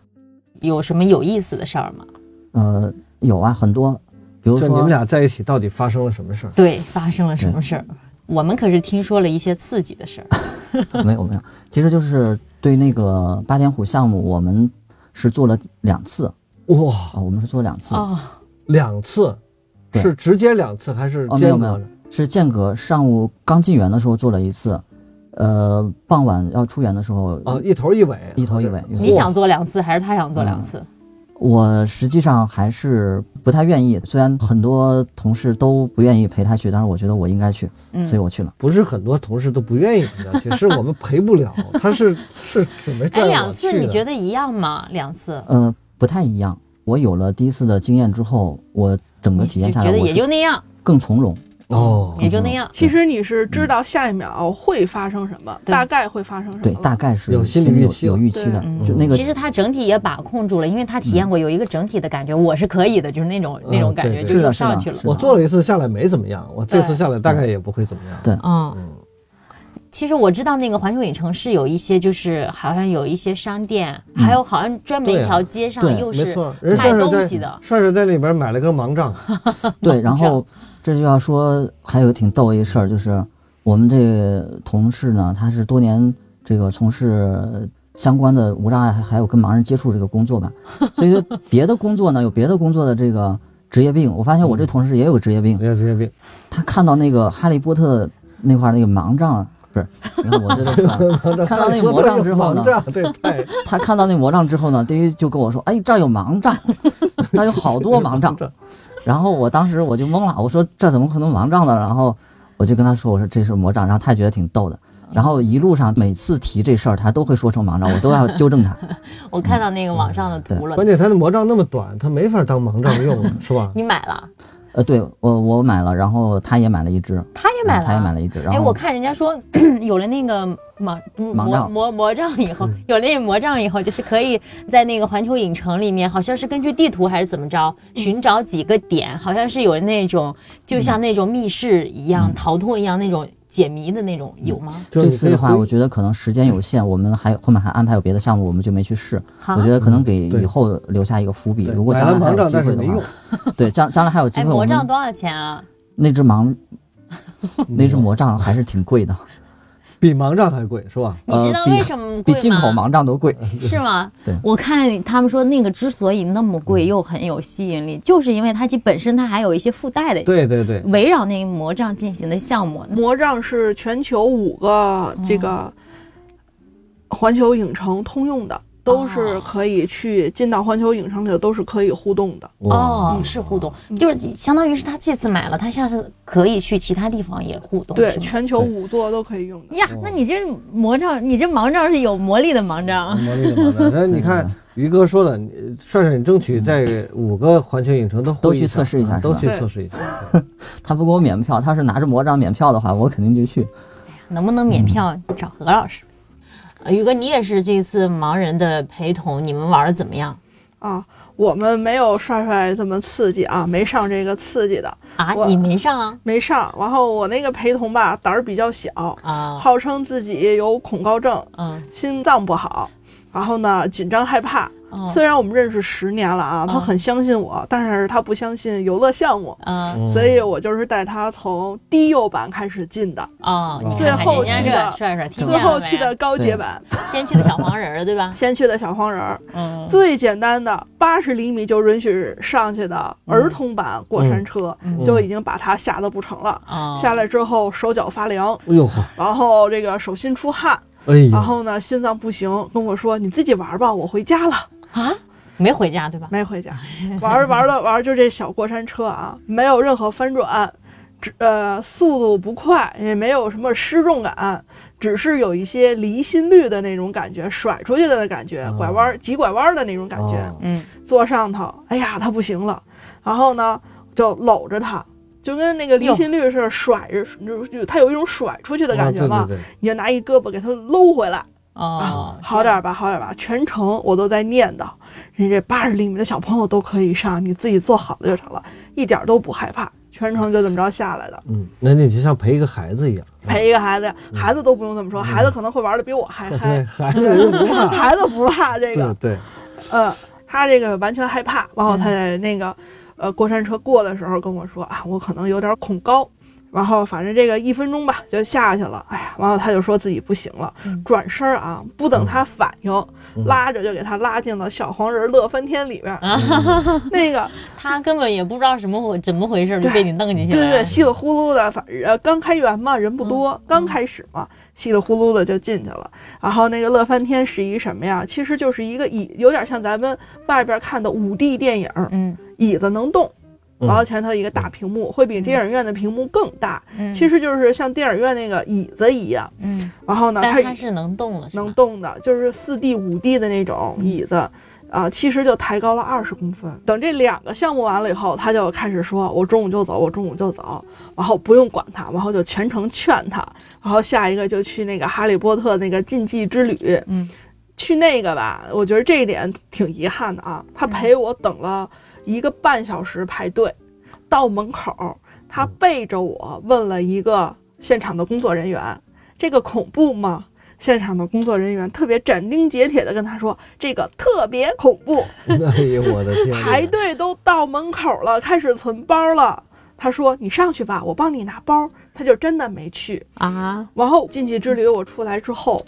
[SPEAKER 6] 有什么有意思的事儿吗？
[SPEAKER 1] 呃，有啊，很多，比如
[SPEAKER 2] 就你
[SPEAKER 1] 说
[SPEAKER 2] 们俩在一起到底发生了什么事儿？
[SPEAKER 6] 对，发生了什么事儿？
[SPEAKER 2] 嗯
[SPEAKER 6] 我们可是听说了一些刺激的事儿。
[SPEAKER 1] 没有没有，其实就是对那个八点虎项目，我们是做了两次
[SPEAKER 2] 哇，
[SPEAKER 1] 啊，我们是做了两
[SPEAKER 2] 嗯
[SPEAKER 1] 次，
[SPEAKER 6] 哦，
[SPEAKER 2] 两次，
[SPEAKER 1] 对
[SPEAKER 2] 是直接两次还是
[SPEAKER 1] 哦没
[SPEAKER 2] 间
[SPEAKER 1] 有没
[SPEAKER 2] 隔
[SPEAKER 1] 有
[SPEAKER 2] 着？
[SPEAKER 1] 是间隔上午刚进园的时候做了一次，呃，傍晚要出园的时候，
[SPEAKER 2] 啊，一头一尾，
[SPEAKER 1] 一头一尾
[SPEAKER 2] 嗯
[SPEAKER 6] 你
[SPEAKER 1] 哇
[SPEAKER 6] 想做两次还是他想做两次？
[SPEAKER 1] 我实际上还是不太愿意，虽然很多同事都不愿意陪他去，但是我觉得我应该去，
[SPEAKER 6] 嗯
[SPEAKER 1] 所以我去了。
[SPEAKER 2] 不是很多同事都不愿意跟他去，是我们陪不了，他是是准备拽
[SPEAKER 6] 哎，
[SPEAKER 2] 我去的。嗯
[SPEAKER 6] 两次你觉得一样吗？两次，
[SPEAKER 1] 呃，不太一样。我有了第一次的经验之后，我整个体验
[SPEAKER 6] 你
[SPEAKER 1] 下
[SPEAKER 6] 觉
[SPEAKER 1] 来，
[SPEAKER 6] 得
[SPEAKER 1] 我
[SPEAKER 6] 也就是那样，
[SPEAKER 1] 更从容。
[SPEAKER 2] 哦
[SPEAKER 6] 也就那样。
[SPEAKER 1] 嗯
[SPEAKER 5] 其实你是知道下一秒会发生什么，
[SPEAKER 6] 对
[SPEAKER 5] 大概会发生什么了。
[SPEAKER 1] 对，大概是
[SPEAKER 2] 有心
[SPEAKER 1] 心
[SPEAKER 2] 理
[SPEAKER 1] 里
[SPEAKER 2] 预
[SPEAKER 1] 有
[SPEAKER 2] 期了
[SPEAKER 1] 有预期的
[SPEAKER 6] 对，嗯
[SPEAKER 1] 就那个
[SPEAKER 6] 其实他整体也把控住了，因为他体验过有一个整体的感觉，我是可以的，就是那种
[SPEAKER 2] 嗯
[SPEAKER 6] 那种感觉，
[SPEAKER 2] 对对
[SPEAKER 6] 就是又
[SPEAKER 1] 的是的
[SPEAKER 6] 上去了
[SPEAKER 1] 是。的
[SPEAKER 2] 我做了一次下来没怎么样，我这次
[SPEAKER 6] 对哦
[SPEAKER 2] 下来大概也不会怎么样。
[SPEAKER 1] 对
[SPEAKER 6] 嗯，
[SPEAKER 2] 嗯，
[SPEAKER 6] 其实我知道那个环球影城是有一些，就是好像有一些商店，
[SPEAKER 1] 嗯
[SPEAKER 6] 还有好像专门
[SPEAKER 2] 对
[SPEAKER 6] 一
[SPEAKER 2] 啊
[SPEAKER 6] 条街上
[SPEAKER 1] 对
[SPEAKER 6] 又
[SPEAKER 2] 没
[SPEAKER 6] 是
[SPEAKER 2] 错，人
[SPEAKER 6] 卖
[SPEAKER 2] 帅帅
[SPEAKER 6] 东
[SPEAKER 2] 在
[SPEAKER 6] 西的。
[SPEAKER 2] 帅帅在里边买了个盲杖，
[SPEAKER 1] 对，然
[SPEAKER 6] 这样
[SPEAKER 1] 后这就要说还有挺逗一事儿，就是我们这个同事呢，他是多年这个从事相关的无障碍还有跟盲人接触这个工作
[SPEAKER 6] <laughs>
[SPEAKER 1] 吧，所以说别的工作呢有别的工作的这个职业病，我发现我这同事也有职业病，
[SPEAKER 2] 没有职业病，
[SPEAKER 1] 他看到那个哈利波特那块儿那个盲杖啊。不是，你看我这都 <laughs> 算了啊
[SPEAKER 2] <laughs>
[SPEAKER 1] 看到那个魔杖之后呢 <laughs>
[SPEAKER 2] 盲杖对，太
[SPEAKER 1] 他看到那魔杖之后呢，对于就跟我说：“哎，这儿有盲 <laughs> 杖，这儿有好多 <laughs> 盲杖。”然后我当时我就懵了，我说这怎么可能盲杖呢？然后我就跟他说，我说这是魔杖，然后他也觉得挺逗的。然后一路上每次提这事儿，他都会说成盲杖，我都要纠正他。
[SPEAKER 6] 我看到那个网上的图了
[SPEAKER 2] 关，键他的魔杖那么短，他没法当盲杖
[SPEAKER 1] <laughs>
[SPEAKER 2] 用了，是吧？
[SPEAKER 6] 你买了，
[SPEAKER 1] 呃，对我我买了，然后他也买了一只，嗯
[SPEAKER 6] 他也买了，
[SPEAKER 1] 他也买。了一只。然
[SPEAKER 6] 哎，
[SPEAKER 1] 后
[SPEAKER 6] 我看人家说 <clears throat> 有了那个盲嗯
[SPEAKER 1] 盲
[SPEAKER 6] 魔
[SPEAKER 1] 杖嗯
[SPEAKER 6] 魔魔杖以后，有了那个魔杖以后，就是可以在那个环球影城里面，好像是根据地图还是怎么着，寻找几个点，好像是有那种就像那种密室一样、
[SPEAKER 1] 嗯
[SPEAKER 6] 逃脱一样那种解谜的那种，有吗？
[SPEAKER 2] 就
[SPEAKER 1] 这
[SPEAKER 2] 是
[SPEAKER 1] 次
[SPEAKER 2] 你可
[SPEAKER 1] 的
[SPEAKER 2] 以
[SPEAKER 1] 话，
[SPEAKER 2] 回
[SPEAKER 1] 我觉得可能时间有限，我们还后面还安排有别的项目，我们就没去试。
[SPEAKER 6] 嗯好
[SPEAKER 1] 我觉得可能给
[SPEAKER 2] 嗯对
[SPEAKER 1] 以后留下一个伏笔。
[SPEAKER 2] 对
[SPEAKER 1] 如果
[SPEAKER 2] 买
[SPEAKER 1] 将
[SPEAKER 2] 了
[SPEAKER 1] 来还有
[SPEAKER 2] 盲杖
[SPEAKER 1] 机
[SPEAKER 2] 但是
[SPEAKER 1] 会的
[SPEAKER 2] 没用
[SPEAKER 1] 话，，对将将来还有机
[SPEAKER 6] 哎，
[SPEAKER 1] 会，我
[SPEAKER 6] 魔杖
[SPEAKER 1] 们
[SPEAKER 6] 多少钱啊？
[SPEAKER 1] 那只盲 <laughs>
[SPEAKER 2] 嗯
[SPEAKER 1] 那只魔杖还是挺贵的，
[SPEAKER 2] 比盲杖还贵，是吧？
[SPEAKER 6] 你知道
[SPEAKER 1] 比
[SPEAKER 6] 为什么贵
[SPEAKER 1] 比
[SPEAKER 6] 吗？
[SPEAKER 1] 进口盲杖都贵。
[SPEAKER 2] 嗯
[SPEAKER 6] 是吗？
[SPEAKER 4] 我看他们说那个之所以那么
[SPEAKER 1] 嗯
[SPEAKER 4] 贵又很有吸引力，就是因为它其本身它还有一些附带的
[SPEAKER 2] 对对对，
[SPEAKER 4] 围绕那个魔杖进行的项目。
[SPEAKER 5] 魔杖是全球五个这个环球影城通用的，都是可以去进到环球影城里的，都是可以互动的。
[SPEAKER 6] 哦，是互动，就是相当于是他这次买了，他下次可以去其他地方也互动，
[SPEAKER 5] 对
[SPEAKER 6] 是，吗
[SPEAKER 5] 全球五座都可以用的。
[SPEAKER 4] 呀，那你这魔杖，你这盲杖是有魔力的盲杖，
[SPEAKER 2] 魔力的盲杖。但啊是
[SPEAKER 1] <laughs>
[SPEAKER 2] 你看于哥说的，你帅帅，你争取在五个环球影城都
[SPEAKER 1] 嗯都
[SPEAKER 2] 会
[SPEAKER 1] 去
[SPEAKER 2] 一
[SPEAKER 1] 测试一下
[SPEAKER 2] 啊
[SPEAKER 1] 是
[SPEAKER 2] 都
[SPEAKER 1] 吧
[SPEAKER 2] 去
[SPEAKER 5] 对
[SPEAKER 2] 测试一下。
[SPEAKER 1] 他不给我免票，他要是拿着魔杖免票的话，我肯定就去。
[SPEAKER 6] 能不能免票找何老师？呃宇哥，你也是这次盲人的陪同，你们玩的怎么样
[SPEAKER 5] 啊，我们没有帅帅这么刺激啊，没上这个刺激的，
[SPEAKER 6] 啊？
[SPEAKER 5] 我
[SPEAKER 6] 你没上啊？
[SPEAKER 5] 没上。然后我那个陪同吧，胆儿比较小，
[SPEAKER 6] 啊，
[SPEAKER 5] 号称自己有恐高症，
[SPEAKER 6] 嗯，
[SPEAKER 5] 心脏不好，然后呢紧张害怕。
[SPEAKER 6] 嗯
[SPEAKER 5] 虽然我们认识十年了啊，他
[SPEAKER 6] 嗯
[SPEAKER 5] 很相信我，但是他不相信游乐项目。
[SPEAKER 6] 嗯
[SPEAKER 2] 嗯
[SPEAKER 5] 所以我就是带他从低幼版开始进的，
[SPEAKER 6] 哦，你
[SPEAKER 2] 最
[SPEAKER 6] 看看
[SPEAKER 2] 后
[SPEAKER 6] 人
[SPEAKER 5] 去
[SPEAKER 6] 家
[SPEAKER 5] 的
[SPEAKER 6] 这帅帅，听
[SPEAKER 5] 最
[SPEAKER 6] 见
[SPEAKER 5] 后
[SPEAKER 6] 了
[SPEAKER 5] 去的
[SPEAKER 6] 没？
[SPEAKER 5] 高阶版，
[SPEAKER 6] 先去的小黄人儿，对吧？
[SPEAKER 5] 先去的小黄人儿，
[SPEAKER 6] 嗯，
[SPEAKER 5] 最简单的八十厘米就允许上去的儿童版过山车，就已经把他吓得不成了。
[SPEAKER 4] 嗯
[SPEAKER 6] 哦，
[SPEAKER 5] 下来之后手脚发凉，
[SPEAKER 2] 哎呦呵，
[SPEAKER 5] 然后这个手心出汗，
[SPEAKER 2] 哎
[SPEAKER 5] 然
[SPEAKER 2] 呦，
[SPEAKER 5] 后呢心脏不行，跟我说你自己玩吧，我回家了。
[SPEAKER 6] 啊，没回家对吧？
[SPEAKER 5] 没回家，玩儿玩儿了玩儿，就这小过山车啊，没有任何翻转，只呃速度不快，也没有什么失重感，只是有一些离心率的那种感觉，甩出去的感觉
[SPEAKER 2] 哦，
[SPEAKER 5] 拐弯儿急拐弯儿的那种感觉。
[SPEAKER 2] 哦
[SPEAKER 6] 嗯，
[SPEAKER 5] 坐上头，哎呀，他不行了，然后呢就搂着他。就跟那个离
[SPEAKER 6] 哟
[SPEAKER 5] 心率似的，甩着，就是他有一种甩出去的感觉嘛，
[SPEAKER 2] 啊对对
[SPEAKER 5] 你就拿一胳膊给他搂回来，
[SPEAKER 6] 哦，
[SPEAKER 5] 啊好点儿吧，好点儿吧。全程我都在念叨，人家八十厘米的小朋友都可以上，你自己做好了就成了，一点儿都不害怕。全程就这么着下来的，
[SPEAKER 2] 嗯，那你就像陪一个孩子一样，
[SPEAKER 5] 陪一个孩子，呀，孩子都不用这么说，孩子可能会玩的比我还
[SPEAKER 2] 嗯对
[SPEAKER 5] 嗨，
[SPEAKER 2] 孩子人家不怕，
[SPEAKER 5] <laughs> 孩子不怕
[SPEAKER 2] 对
[SPEAKER 5] 这个，
[SPEAKER 2] 对，
[SPEAKER 5] 嗯，他这个完全害怕。然后他在那个呃过山车过的时候跟我说啊，我可能有点恐高。然后反正这个一分钟吧就下去了，哎呀，然后他就说自己不行了，转身儿啊，不等他反应，拉着就给他拉进了小黄人乐翻天里边儿。那个
[SPEAKER 6] 他根本也不知道什么回怎么回事，就被你弄进去
[SPEAKER 5] 对
[SPEAKER 6] 了。
[SPEAKER 4] 啊
[SPEAKER 5] 对对，稀里呼噜的，反正刚开园嘛，人不多，刚开始嘛，稀里呼噜的就进去了。然后那个乐翻天是一什么呀？其实就是一个椅，有点像咱们外边看的五 D 电影，
[SPEAKER 6] 嗯，
[SPEAKER 5] 椅子能动。
[SPEAKER 2] 嗯
[SPEAKER 5] 然后前头一个大屏幕，会比电影院的屏幕更大，
[SPEAKER 6] 嗯
[SPEAKER 5] 其实就是像电影院那个椅子一样。
[SPEAKER 6] 嗯，
[SPEAKER 5] 然后呢，
[SPEAKER 6] 但他
[SPEAKER 5] 它
[SPEAKER 6] 是能动了，是吧
[SPEAKER 5] 能。动的，就是四 D、五 D 的那种椅子，
[SPEAKER 6] 嗯
[SPEAKER 5] 啊、其实就抬高了二十公分。等这两个项目完了以后，他就开始说：“我中午就走，我中午就走。”然后不用管他，然后就全程劝他。然后下一个就去那个《哈利波特》那个禁忌之旅，
[SPEAKER 6] 嗯，
[SPEAKER 5] 去那个吧，我觉得这一点挺遗憾的啊。他陪我等了一个半小时排队，到门口，他背着我问了一个现场的工作人员。这个恐怖吗？”现场的工作人员特别斩钉截铁地跟他说：“这个特别恐怖。”
[SPEAKER 2] 哎呦我的天哪！
[SPEAKER 5] 排队都到门口了，开始存包了。他说：“你上去吧，我帮你拿包。”他就真的没去。
[SPEAKER 6] 啊，
[SPEAKER 5] 然后进去之旅我出来之后，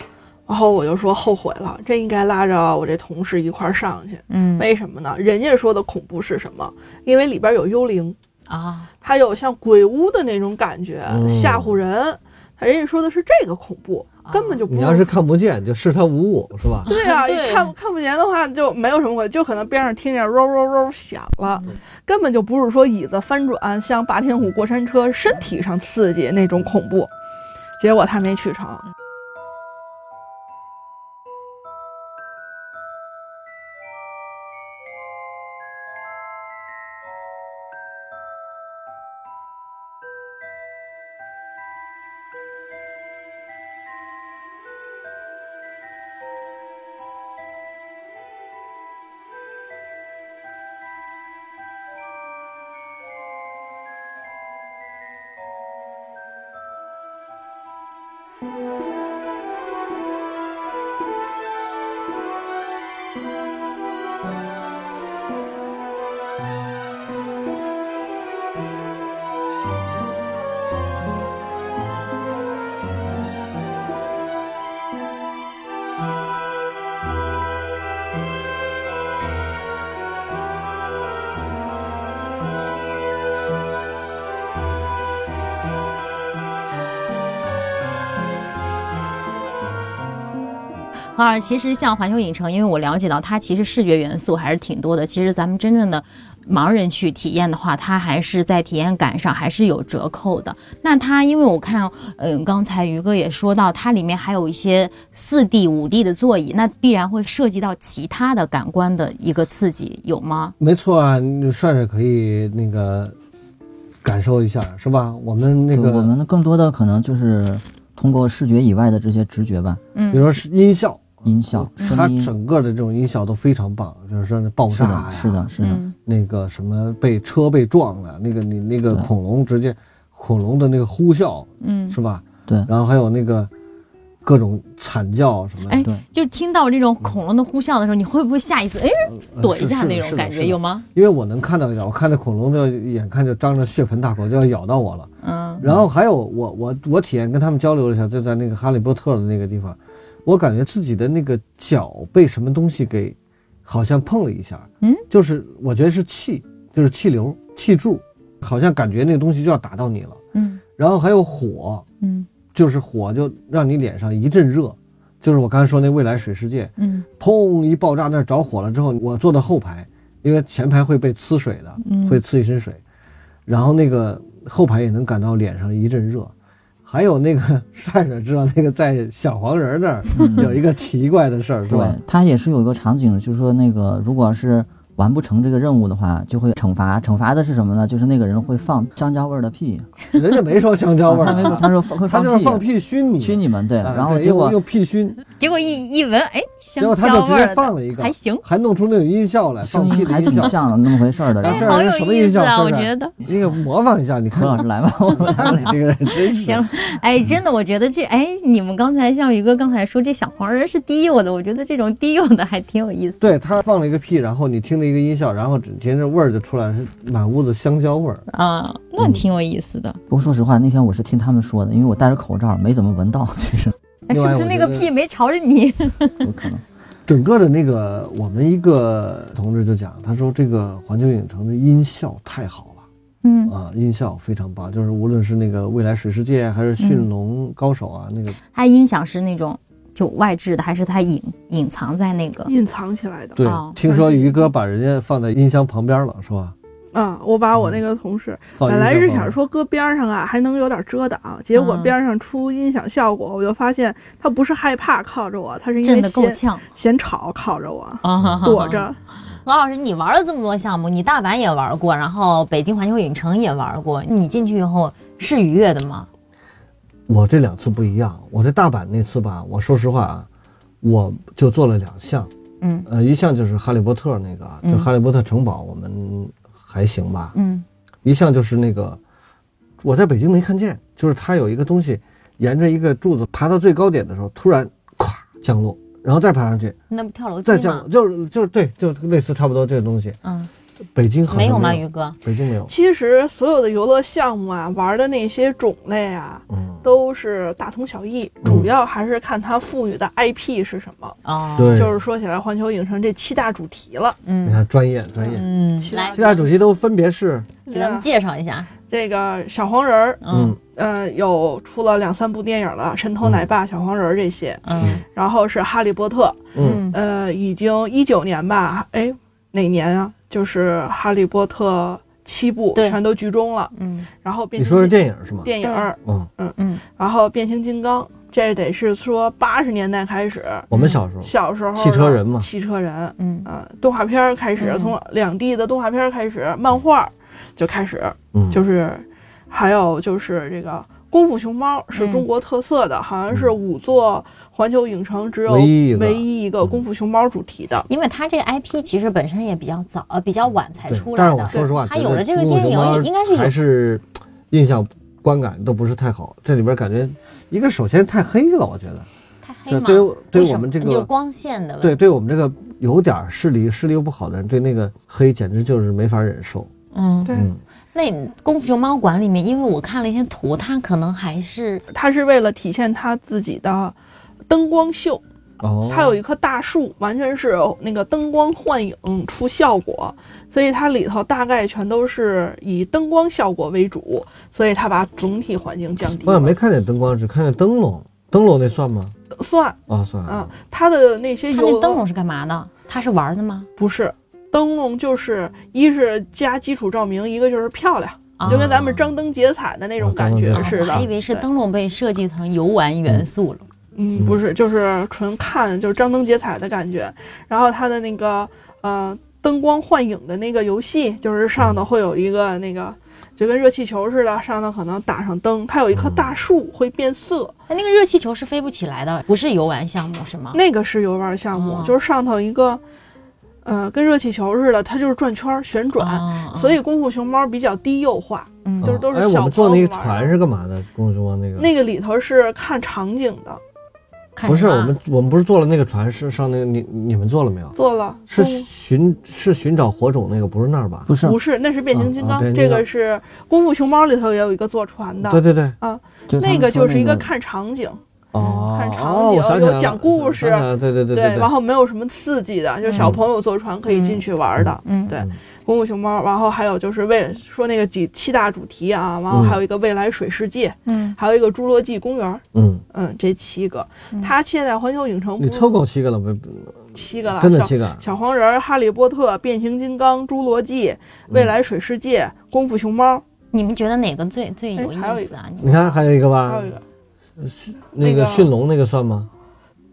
[SPEAKER 5] 然后我就说后悔了，真应该拉着我这同事一块儿上去。
[SPEAKER 6] 嗯
[SPEAKER 5] 为什么呢？人家说的恐怖是什么？因为里边有幽灵，
[SPEAKER 6] 啊，
[SPEAKER 5] 它有像鬼屋的那种感觉，
[SPEAKER 2] 嗯
[SPEAKER 5] 吓唬人。人家说的是这个恐怖，
[SPEAKER 4] 啊
[SPEAKER 5] 根本就不
[SPEAKER 2] 你
[SPEAKER 5] 用
[SPEAKER 2] 要是看不见，就视他无物，是吧？
[SPEAKER 5] 对啊，
[SPEAKER 6] 对
[SPEAKER 5] 看看不见的话就没有什么鬼，就可能边上听见喔喔喔响了，
[SPEAKER 2] 嗯
[SPEAKER 5] 根本就不是说椅子翻转像霸天虎过山车身体上刺激那种恐怖。结果他没去成，
[SPEAKER 2] 嗯
[SPEAKER 4] 二，啊其实像环球影城，因为我了解到它其实视觉元素还是挺多的。其实咱们真正的盲人去体验的话，它还是在体验感上还是有折扣的。那它因为我看，嗯、刚才于哥也说到，它里面还有一些四 D、五 D 的座椅，那必然会涉及到其他的感官的一个刺激，有吗？
[SPEAKER 2] 没错啊，你帅帅可以那个感受一下，是吧？我们那
[SPEAKER 1] 对我
[SPEAKER 2] 个，
[SPEAKER 1] 们更多的可能就是通过视觉以外的这些直觉吧，
[SPEAKER 4] 嗯，
[SPEAKER 2] 比如说是音效，
[SPEAKER 1] 音效、
[SPEAKER 2] 它
[SPEAKER 1] 声音，
[SPEAKER 2] 整个的这种音效都非常棒，就是说那爆
[SPEAKER 1] 是
[SPEAKER 2] 炸呀
[SPEAKER 1] 的，是的，是的，
[SPEAKER 4] 嗯
[SPEAKER 2] 那个什么被车被撞了，那个你那个
[SPEAKER 1] 对
[SPEAKER 2] 恐龙直接恐龙的那个呼啸
[SPEAKER 4] 嗯
[SPEAKER 2] 是吧？
[SPEAKER 1] 对
[SPEAKER 2] 然后还有那个各种惨叫什么的，
[SPEAKER 4] 哎
[SPEAKER 1] 对，
[SPEAKER 4] 就听到这种恐龙的呼啸的时候，你会不会下一次哎
[SPEAKER 2] 呃
[SPEAKER 4] 躲
[SPEAKER 2] 是
[SPEAKER 4] 一下
[SPEAKER 2] 是
[SPEAKER 4] 那
[SPEAKER 2] 的
[SPEAKER 4] 种
[SPEAKER 2] 是的
[SPEAKER 4] 感
[SPEAKER 2] 是
[SPEAKER 4] 觉
[SPEAKER 2] 的
[SPEAKER 4] 有吗？
[SPEAKER 2] 因为我能看到一点，我看那恐龙的眼看就张着血盆大口就要咬到我了。
[SPEAKER 4] 嗯
[SPEAKER 2] 然后还有我我我体验跟他们交流了一下，就在那个哈利波特的那个地方，我感觉自己的那个脚被什么东西给好像碰了一下，
[SPEAKER 4] 嗯，
[SPEAKER 2] 就是我觉得是气，就是气流气柱，好像感觉那个东西就要打到你了。
[SPEAKER 4] 嗯
[SPEAKER 2] 然后还有火，
[SPEAKER 4] 嗯
[SPEAKER 2] 就是火就让你脸上一阵热，就是我刚才说那未来水世界，
[SPEAKER 4] 嗯
[SPEAKER 2] 砰一爆炸那儿着火了之后，我坐到后排，因为前排会被呲水的，
[SPEAKER 4] 嗯
[SPEAKER 2] 会呲一身水，然后那个后排也能感到脸上一阵热。还有那个 <laughs> 帅帅知道那个在小黄人那儿
[SPEAKER 1] 嗯
[SPEAKER 2] 有一个奇怪的事儿，是吧？
[SPEAKER 1] 对，它也是有一个场景，就是说那个如果是完不成这个任务的话，就会惩罚，惩罚的是什么呢？就是那个人会放香蕉味儿的屁，
[SPEAKER 2] 人家没说香蕉味
[SPEAKER 1] 啊他没说，
[SPEAKER 2] 儿，
[SPEAKER 1] 他
[SPEAKER 2] <laughs>
[SPEAKER 1] 说放会
[SPEAKER 2] 他
[SPEAKER 1] 放
[SPEAKER 2] 就是放
[SPEAKER 1] 屁。
[SPEAKER 2] 屁熏你，
[SPEAKER 1] 熏你们对，
[SPEAKER 2] 啊
[SPEAKER 1] 然后
[SPEAKER 2] 对
[SPEAKER 1] 结果
[SPEAKER 2] 用用屁熏，
[SPEAKER 4] 结果一一闻，哎，
[SPEAKER 2] 结
[SPEAKER 4] 香
[SPEAKER 2] 果他
[SPEAKER 4] 蕉
[SPEAKER 2] 就直
[SPEAKER 4] 味儿
[SPEAKER 2] 接
[SPEAKER 4] 的
[SPEAKER 2] 放了一个，
[SPEAKER 4] 还行。
[SPEAKER 2] 还弄出那种音效来，
[SPEAKER 1] 声
[SPEAKER 2] 放屁
[SPEAKER 1] 音
[SPEAKER 2] 的
[SPEAKER 1] 还
[SPEAKER 2] 音
[SPEAKER 1] 挺
[SPEAKER 2] 效。
[SPEAKER 1] 像的那么回事儿的。
[SPEAKER 2] 然
[SPEAKER 1] 然
[SPEAKER 2] <laughs>
[SPEAKER 1] 后
[SPEAKER 2] 后这
[SPEAKER 4] 好
[SPEAKER 2] 人
[SPEAKER 4] 有
[SPEAKER 2] 什么
[SPEAKER 4] 意
[SPEAKER 2] 音
[SPEAKER 4] 思
[SPEAKER 2] 效？
[SPEAKER 4] 啊！我
[SPEAKER 2] 是不是
[SPEAKER 4] 觉得，
[SPEAKER 2] 你给模仿一下，你看
[SPEAKER 1] 何老师来吧，我们
[SPEAKER 2] <laughs> 看你这个人真是
[SPEAKER 4] 行哎，真的，我觉得这，哎，你们刚才像宇哥刚才说这小黄人是低幼的，我觉得这种低幼的还挺有意思。
[SPEAKER 2] 对他放了一个屁，然后你听了一个音效，然后只接着味儿就出来，是满屋子香蕉味儿。
[SPEAKER 4] 啊，
[SPEAKER 2] 嗯
[SPEAKER 4] 那挺有意思的。
[SPEAKER 1] 不过说实话，那 <laughs> 天我是听他们说的，因为我戴着口罩，没怎么闻到，其实
[SPEAKER 4] 哎
[SPEAKER 2] 另
[SPEAKER 4] 是
[SPEAKER 2] 外
[SPEAKER 4] 不是
[SPEAKER 2] 我
[SPEAKER 4] 那
[SPEAKER 2] 觉
[SPEAKER 4] 个
[SPEAKER 2] 得
[SPEAKER 4] 屁没朝着你？
[SPEAKER 1] 有可能。
[SPEAKER 2] 整个的那个，我们一个同志就讲，他说这个环球影城的音效太好了
[SPEAKER 4] 嗯，
[SPEAKER 2] 啊，音效非常棒，就是无论是那个未来水世界还是驯
[SPEAKER 5] 嗯
[SPEAKER 2] 龙高手啊，那个
[SPEAKER 4] 它音响是那种就外置的，还是它隐隐藏在那个？
[SPEAKER 5] 隐藏起来的。
[SPEAKER 2] 对
[SPEAKER 4] 哦，
[SPEAKER 2] 听说于哥把人家放在音箱旁边了，是吧？
[SPEAKER 5] 啊，我把我那个同事
[SPEAKER 2] 放
[SPEAKER 5] 本来
[SPEAKER 2] 音
[SPEAKER 5] 是
[SPEAKER 2] 箱旁
[SPEAKER 5] 想
[SPEAKER 2] 边
[SPEAKER 5] 说搁边上啊，还能有点遮挡，结果
[SPEAKER 4] 嗯
[SPEAKER 5] 边上出音响效果，
[SPEAKER 2] 嗯
[SPEAKER 5] 我就发现他不是害怕靠着我，他是因
[SPEAKER 4] 震
[SPEAKER 5] 为
[SPEAKER 4] 得够
[SPEAKER 5] 嫌
[SPEAKER 4] 呛
[SPEAKER 5] 嫌吵靠着我，
[SPEAKER 4] 啊！
[SPEAKER 5] 躲着。
[SPEAKER 6] 何老师，你玩了这么多项目，你大阪也玩过，然后北京环球影城也玩过，你进去以后是愉悦的吗？
[SPEAKER 2] 我这两次不一样，我在大阪那次吧，我说实话啊，我就做了两项，
[SPEAKER 4] 嗯，
[SPEAKER 2] 呃，一项就是哈利波特那个啊，
[SPEAKER 6] 嗯
[SPEAKER 2] 就哈利波特城堡，我们还行吧，
[SPEAKER 4] 嗯
[SPEAKER 2] 一项就是那个我在北京没看见，就是它有一个东西，沿着一个柱子爬到最高点的时候，突然咵降落，然后再爬上去，
[SPEAKER 6] 那不跳楼机
[SPEAKER 2] 再
[SPEAKER 6] 吗
[SPEAKER 2] 降，？就是就是对，就类似差不多这个东西。
[SPEAKER 6] 嗯，
[SPEAKER 2] 北京好像
[SPEAKER 6] 没有吗，
[SPEAKER 2] 没
[SPEAKER 6] 宇哥？
[SPEAKER 2] 北京没有。
[SPEAKER 5] 其实所有的游乐项目啊，玩的那些种类啊，
[SPEAKER 2] 嗯，
[SPEAKER 5] 都是大同小异，主要还是看它赋予的 IP 是什么。
[SPEAKER 6] 哦，，
[SPEAKER 2] 对，
[SPEAKER 5] 就是说起来环球影城这七大主题了，
[SPEAKER 2] 你
[SPEAKER 6] 嗯
[SPEAKER 2] 看专业专业，
[SPEAKER 6] 嗯，来
[SPEAKER 2] 七大主题都分别是
[SPEAKER 6] 给
[SPEAKER 5] 啊
[SPEAKER 6] 咱们介绍一下，
[SPEAKER 5] 这个小黄人儿，
[SPEAKER 6] 嗯
[SPEAKER 5] 呃，有出了两三部电影了，《神偷奶爸》小黄人儿》这些，
[SPEAKER 6] 嗯
[SPEAKER 5] 然后是《哈利波特》，
[SPEAKER 2] 嗯
[SPEAKER 5] 呃，已经一九年吧，哎，哪年啊？就是《哈利波特》七部
[SPEAKER 6] 对
[SPEAKER 5] 全都剧终了，
[SPEAKER 6] 嗯
[SPEAKER 5] 然后变
[SPEAKER 2] 你
[SPEAKER 5] 形
[SPEAKER 2] 说是
[SPEAKER 5] 金
[SPEAKER 2] 电影是吗？
[SPEAKER 5] 电影儿，
[SPEAKER 2] 嗯，
[SPEAKER 6] 嗯，
[SPEAKER 5] 然后变形金刚，这得是说八十年代开始，
[SPEAKER 2] 我们小时候
[SPEAKER 5] 小时候
[SPEAKER 2] 汽车人嘛
[SPEAKER 5] 的汽车人，
[SPEAKER 6] 嗯
[SPEAKER 5] 呃，动画片儿开始，
[SPEAKER 6] 嗯
[SPEAKER 5] 从两地的动画片儿开始，漫画儿就开始，
[SPEAKER 2] 嗯
[SPEAKER 5] 就是还有就是这个功夫熊猫
[SPEAKER 6] 嗯
[SPEAKER 5] 是中国特色的，好像是五座环球影城只有
[SPEAKER 2] 嗯唯一一个
[SPEAKER 5] 唯一一个功夫熊猫主题的。
[SPEAKER 6] 因为它这个 IP 其实本身也比较早，呃，比较晚才
[SPEAKER 2] 对
[SPEAKER 6] 出来
[SPEAKER 2] 但
[SPEAKER 6] 的。
[SPEAKER 2] 是我说实话，
[SPEAKER 6] 它
[SPEAKER 2] 觉
[SPEAKER 6] 有
[SPEAKER 2] 得
[SPEAKER 6] 了这个
[SPEAKER 2] 功夫熊
[SPEAKER 6] 电影
[SPEAKER 2] 猫
[SPEAKER 6] 也应该是有
[SPEAKER 2] 还是印象观感都不是太好。这里边感觉一个首先太黑了，我觉得，
[SPEAKER 6] 太黑
[SPEAKER 2] 就
[SPEAKER 6] 吗？
[SPEAKER 2] 对于对
[SPEAKER 6] 为
[SPEAKER 2] 于
[SPEAKER 6] 什
[SPEAKER 2] 我
[SPEAKER 6] 么
[SPEAKER 2] 们这
[SPEAKER 6] 就
[SPEAKER 2] 个
[SPEAKER 6] 光线的问题，
[SPEAKER 2] 对对我们这个有点儿视力视力又不好的人，对那个黑简直就是没法忍受。
[SPEAKER 6] 嗯，
[SPEAKER 5] 对
[SPEAKER 2] 嗯，
[SPEAKER 6] 那你功夫熊猫馆里面，因为我看了一些图，它可能还是
[SPEAKER 5] 它是为了体现它自己的灯光秀，
[SPEAKER 2] 哦，
[SPEAKER 5] 它有一棵大树，完全是那个灯光幻影出效果，所以它里头大概全都是以灯光效果为主，所以它把总体环境降低
[SPEAKER 2] 我
[SPEAKER 5] 了。
[SPEAKER 2] 也没看见灯光，只看见灯笼。灯笼那算吗？
[SPEAKER 5] 算，
[SPEAKER 2] 哦，算
[SPEAKER 5] 嗯
[SPEAKER 2] 了。，
[SPEAKER 5] 它的那些
[SPEAKER 6] 它
[SPEAKER 5] 游
[SPEAKER 6] 那
[SPEAKER 5] 乐
[SPEAKER 6] 灯笼是干嘛的？它是玩的吗？
[SPEAKER 5] 不是灯笼，就是一是加基础照明，一个就是漂亮，
[SPEAKER 6] 啊
[SPEAKER 5] 就跟咱们张灯结彩的那种感觉
[SPEAKER 2] 啊张灯结
[SPEAKER 5] 似
[SPEAKER 6] 我哦还
[SPEAKER 5] 的
[SPEAKER 6] 以。为是
[SPEAKER 5] 对
[SPEAKER 6] 灯笼被设计成游玩元素了。
[SPEAKER 5] 嗯，不是，就是纯看，就是张灯结彩的感觉。然后它的那个呃灯光幻影的那个游戏，就是上头会有一个那个。就跟热气球似的，上头可能打上灯，它有一棵大树会变色，
[SPEAKER 6] 那那个热气球是飞不起来的，不是游玩项目是吗？
[SPEAKER 5] 那个是游玩项目，
[SPEAKER 6] 哦
[SPEAKER 5] 就是上头一个，呃，跟热气球似的，它就是转圈儿旋转，
[SPEAKER 6] 啊
[SPEAKER 5] 所以功夫熊猫比较低幼化，
[SPEAKER 6] 嗯
[SPEAKER 5] 就是都是
[SPEAKER 2] 哎，
[SPEAKER 5] 小
[SPEAKER 2] 我们坐那个
[SPEAKER 5] 朋友玩的
[SPEAKER 2] 船是干嘛的？功夫熊猫那个
[SPEAKER 5] 那个里头是看场景的，
[SPEAKER 6] 嗯看
[SPEAKER 2] 不是
[SPEAKER 6] 什么
[SPEAKER 2] 我
[SPEAKER 6] 啊
[SPEAKER 2] 们，我们不是坐了那个船，是上那个你你们坐了没有？
[SPEAKER 5] 做了
[SPEAKER 2] 是
[SPEAKER 6] 嗯
[SPEAKER 5] 功
[SPEAKER 2] 寻是寻找火种那个，不是那儿吧？
[SPEAKER 1] 不是
[SPEAKER 5] 不，是，那是变形金
[SPEAKER 2] 啊啊
[SPEAKER 5] 刚，
[SPEAKER 2] 变形金
[SPEAKER 5] 这
[SPEAKER 2] 刚
[SPEAKER 5] 个是《功夫熊猫》里头也有一个坐船的，
[SPEAKER 2] 对对对，
[SPEAKER 1] 就他
[SPEAKER 5] 那
[SPEAKER 1] 们
[SPEAKER 5] 个
[SPEAKER 1] 说
[SPEAKER 5] 就是一
[SPEAKER 1] 个？
[SPEAKER 5] 个看场景，
[SPEAKER 2] 哦
[SPEAKER 5] 看场景
[SPEAKER 2] 哦，我想起来了
[SPEAKER 5] 有讲故事
[SPEAKER 2] 想起来了对对对对，
[SPEAKER 5] 然后没有什么刺激的，就是小朋友坐船可以进去玩的，
[SPEAKER 6] 嗯
[SPEAKER 5] 对
[SPEAKER 2] 嗯，
[SPEAKER 5] 功夫熊猫》，然后还有就是为说那个几七大主题
[SPEAKER 2] 嗯
[SPEAKER 5] 啊，然后还有一个未来水世界，
[SPEAKER 6] 嗯，
[SPEAKER 5] 还有一个侏罗纪公园，
[SPEAKER 2] 嗯，
[SPEAKER 5] 嗯，这七个，它现在环球影城
[SPEAKER 2] 你
[SPEAKER 5] 不是
[SPEAKER 2] 凑够七个了不？
[SPEAKER 5] 七个了，
[SPEAKER 2] 真的
[SPEAKER 5] 小
[SPEAKER 2] 七个？啊
[SPEAKER 5] 小黄人儿、哈利波特、变形金刚、侏罗纪、未来水世界、
[SPEAKER 2] 嗯
[SPEAKER 5] 功夫熊猫，
[SPEAKER 6] 你们觉得哪个最最有
[SPEAKER 5] 哎还有
[SPEAKER 6] 意
[SPEAKER 5] 一
[SPEAKER 6] 思啊？
[SPEAKER 2] 你看还有一个
[SPEAKER 5] 还
[SPEAKER 2] 吧
[SPEAKER 5] 有一，个
[SPEAKER 2] 那
[SPEAKER 5] 那
[SPEAKER 2] 个
[SPEAKER 5] 个
[SPEAKER 2] 驯龙那个算吗？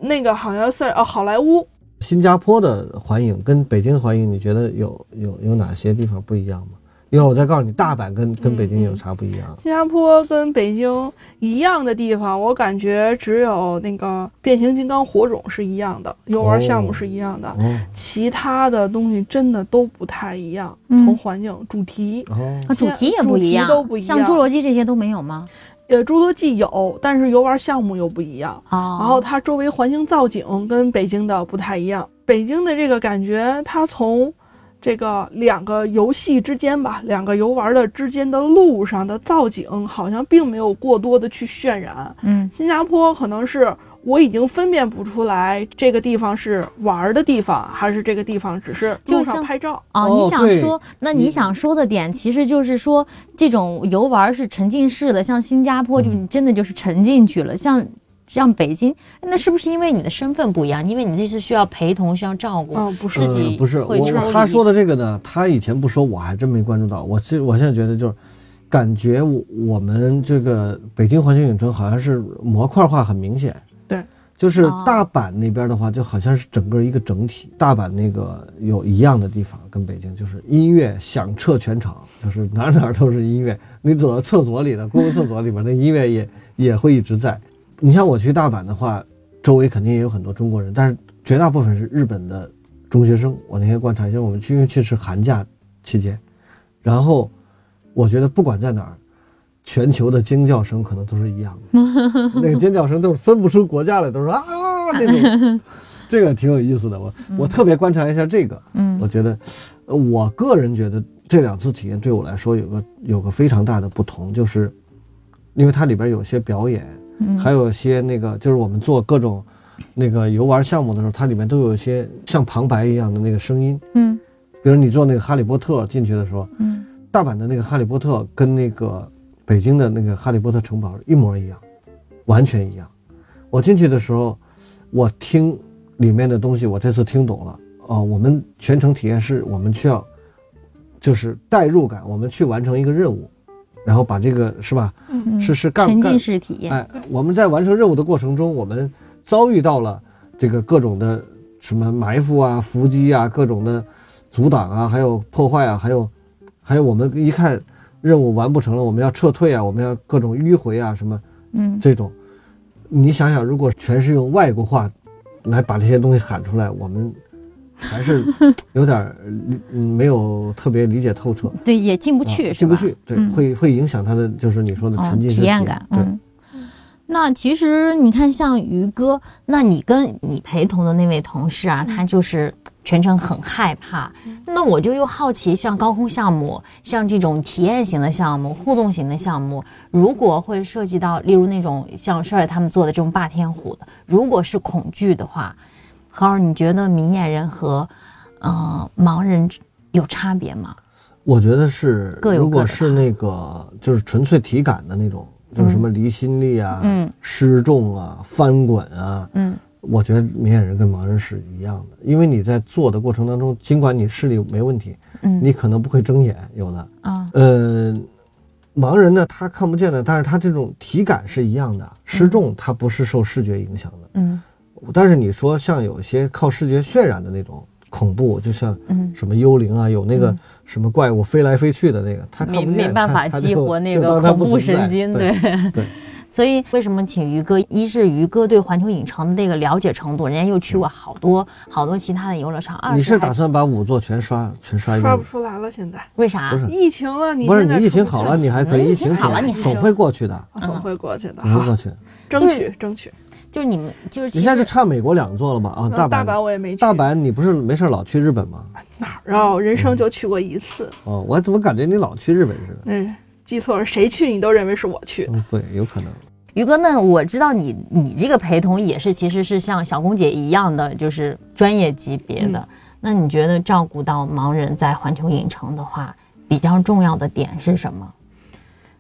[SPEAKER 5] 那个好像算哦，好莱坞
[SPEAKER 2] 新加坡的环影跟北京的环影，你觉得有有有哪些地方不一样吗？一会儿我再告诉你，大阪跟跟北京有啥不一样？
[SPEAKER 5] 新加坡跟北京一样的地方，我感觉只有那个变形金刚火种是一样的，游玩项目是一样的，
[SPEAKER 2] 哦
[SPEAKER 5] 其他的东西真的都不太一样。
[SPEAKER 4] 嗯
[SPEAKER 5] 从环境、主题，
[SPEAKER 2] 哦，
[SPEAKER 4] 啊，主题也不一样，
[SPEAKER 5] 主题都不一样
[SPEAKER 4] 像侏罗纪这些都没有吗？
[SPEAKER 5] 呃，侏罗纪有，但是游玩项目又不一样。
[SPEAKER 4] 哦，
[SPEAKER 5] 然后它周围环境造景跟北京的不太一样，北京的这个感觉，它从这个两个游戏之间吧，两个游玩的之间的路上的造景，好像并没有过多的去渲染。
[SPEAKER 4] 嗯，
[SPEAKER 5] 新加坡可能是我已经分辨不出来这个地方是玩的地方，还是这个地方只是路
[SPEAKER 4] 就像
[SPEAKER 5] 上拍照。
[SPEAKER 4] 哦，
[SPEAKER 2] 哦
[SPEAKER 4] 你想
[SPEAKER 2] 对
[SPEAKER 4] 说，那你想说的点，其实就是说，这种游玩是沉浸式的，像新加坡就
[SPEAKER 2] 嗯
[SPEAKER 4] 你真的就是沉进去了，像像北京，
[SPEAKER 6] 那是不是因为你的身份不一样？因为你这是需要陪同，需要照顾。
[SPEAKER 5] 嗯，不是
[SPEAKER 6] 自己
[SPEAKER 2] 呃、不是
[SPEAKER 6] 会
[SPEAKER 2] 我
[SPEAKER 6] 抽
[SPEAKER 2] 我他
[SPEAKER 6] 离
[SPEAKER 2] 说的这个呢，他以前不说，我还真没关注到。我其实我现在觉得就是，感觉我我们这个北京环球影城好像是模块化很明显。
[SPEAKER 5] 对，
[SPEAKER 2] 就是
[SPEAKER 4] 哦
[SPEAKER 2] 大阪那边的话，就好像是整个一个整体。大阪那个有一样的地方跟北京，就是音乐响彻全场，就是哪儿哪儿都是音乐。你走到厕所里的公共厕所里边，那音乐也也会一直在。你像我去大阪的话，周围肯定也有很多中国人，但是绝大部分是日本的中学生。我那天观察，因为我们去因为去是寒假期间，然后我觉得不管在哪儿，全球的尖叫声可能都是一样的， <laughs> 那个尖叫声都分不出国家来，都是啊这种，这个挺有意思的。我我特别观察一下这个，
[SPEAKER 7] 嗯
[SPEAKER 2] 我觉得，呃我个人觉得这两次体验对我来说有个有个非常大的不同，就是因为它里边有些表演，
[SPEAKER 7] 嗯
[SPEAKER 2] 还有些那个就是我们做各种那个游玩项目的时候，它里面都有一些像旁白一样的那个声音，
[SPEAKER 7] 嗯
[SPEAKER 2] 比如你做那个《哈利波特》进去的时候，
[SPEAKER 7] 嗯
[SPEAKER 2] 大阪的那个《哈利波特》跟那个北京的那个《哈利波特》城堡一模一样，完全一样。我进去的时候，我听里面的东西，我这次听懂了啊、我们全程体验是我们需要就是代入感，我们去完成一个任务，然后把这个是吧？
[SPEAKER 7] 嗯，
[SPEAKER 2] 是是干
[SPEAKER 8] 沉
[SPEAKER 2] 干
[SPEAKER 8] 浸式体验，
[SPEAKER 2] 哎，我们在完成任务的过程中，我们遭遇到了这个各种的什么埋伏啊、伏击啊、各种的阻挡啊，还有破坏啊，还有还有我们一看任务完不成了，我们要撤退啊，我们要各种迂回啊什么
[SPEAKER 7] 嗯
[SPEAKER 2] 这种。你想想，如果全是用外国话来把这些东西喊出来，我们还是有点儿嗯没有特别理解透彻。
[SPEAKER 8] 对，也进不去，
[SPEAKER 2] 啊
[SPEAKER 8] 是
[SPEAKER 2] 进不
[SPEAKER 8] 吧
[SPEAKER 2] 去，对，
[SPEAKER 7] 嗯
[SPEAKER 2] 会会影响他的就是你说的
[SPEAKER 4] 哦
[SPEAKER 7] 啊
[SPEAKER 2] 沉浸式
[SPEAKER 7] 体验感，
[SPEAKER 2] 对，
[SPEAKER 7] 嗯。那其实你看，像于哥，那你跟你陪同的那位同事啊，他就是全程很害怕。
[SPEAKER 4] 那我就又好奇，像高空项目，像这种体验型的项目、互动型的项目，如果会涉及到，例如那种像帅儿他们做的这种霸天虎的，如果是恐惧的话，何老师，你觉得明眼人和嗯、呃盲人有差别吗？
[SPEAKER 2] 我觉得是，
[SPEAKER 4] 各有
[SPEAKER 2] 如
[SPEAKER 4] 各
[SPEAKER 2] 果
[SPEAKER 4] 的
[SPEAKER 2] 是那个就是纯粹体感的那种，
[SPEAKER 4] 嗯
[SPEAKER 2] 就是什么离心力啊、
[SPEAKER 7] 嗯
[SPEAKER 2] 失重啊、翻滚啊，
[SPEAKER 7] 嗯
[SPEAKER 2] 我觉得明眼人跟盲人是一样的，因为你在做的过程当中，尽管你视力没问题，
[SPEAKER 7] 嗯
[SPEAKER 2] 你可能不会睁眼，有的，
[SPEAKER 7] 啊
[SPEAKER 2] 呃，盲人呢他看不见的，但是他这种体感是一样的，失
[SPEAKER 4] 嗯
[SPEAKER 2] 重他不是受视觉影响的，
[SPEAKER 7] 嗯
[SPEAKER 2] 但是你说像有一些靠视觉渲染的那种恐怖，就像
[SPEAKER 7] 嗯
[SPEAKER 2] 什么幽灵啊，有那个什么怪物飞来飞去的那个，他看
[SPEAKER 4] 没
[SPEAKER 2] 不见，
[SPEAKER 4] 没办法
[SPEAKER 2] 他他
[SPEAKER 4] 激
[SPEAKER 2] 就
[SPEAKER 4] 活那
[SPEAKER 2] 就
[SPEAKER 4] 个
[SPEAKER 2] 当它
[SPEAKER 4] 恐
[SPEAKER 2] 不
[SPEAKER 4] 怖
[SPEAKER 2] 存在
[SPEAKER 4] 神经，
[SPEAKER 2] <laughs> 对，对
[SPEAKER 4] 对。 <laughs> 所以为什么请于哥？一是于哥对环球影城的这个了解程度，人家又去过好多好多其他的游乐场。二
[SPEAKER 2] 嗯你是
[SPEAKER 4] 还
[SPEAKER 2] 打算把五座全刷全刷一
[SPEAKER 5] 刷
[SPEAKER 2] 遍
[SPEAKER 5] 不？出来了，现在
[SPEAKER 4] 为啥
[SPEAKER 2] 不？是
[SPEAKER 5] 疫情了，
[SPEAKER 2] 嗯
[SPEAKER 5] 你
[SPEAKER 2] 不是
[SPEAKER 5] 现在
[SPEAKER 2] 你疫
[SPEAKER 5] 出
[SPEAKER 2] 情
[SPEAKER 5] 去
[SPEAKER 2] 好了，你还可以，
[SPEAKER 4] 疫
[SPEAKER 2] 疫
[SPEAKER 4] 情
[SPEAKER 2] 情
[SPEAKER 4] 好了你
[SPEAKER 2] 总
[SPEAKER 4] 还
[SPEAKER 2] 总
[SPEAKER 4] 是
[SPEAKER 2] 会过去的，
[SPEAKER 4] 嗯
[SPEAKER 5] 啊总会过去的，
[SPEAKER 2] 总会
[SPEAKER 5] 啊
[SPEAKER 2] 过去。
[SPEAKER 4] 就
[SPEAKER 5] 争
[SPEAKER 4] 是
[SPEAKER 5] 取争取。
[SPEAKER 4] 就是你们就是其
[SPEAKER 2] 你现在就
[SPEAKER 4] 实
[SPEAKER 2] 差美国两座了吧？啊，
[SPEAKER 5] 然后大
[SPEAKER 2] 阪，
[SPEAKER 5] 我也没去，
[SPEAKER 2] 大阪，你不是没事老去日本吗？
[SPEAKER 5] 哪儿啊？人生就去过一次，
[SPEAKER 2] 哦，我怎么感觉你老去日本似的？
[SPEAKER 5] 嗯，记错了，谁去你都认为是我去的。
[SPEAKER 2] 嗯，对，有可能。
[SPEAKER 4] 于哥，那我知道你你这个陪同也是其实是像小公姐一样的，就是专业级别
[SPEAKER 2] 嗯
[SPEAKER 4] 的。那你觉得照顾到盲人在环球影城的话，比较重要的点是什么？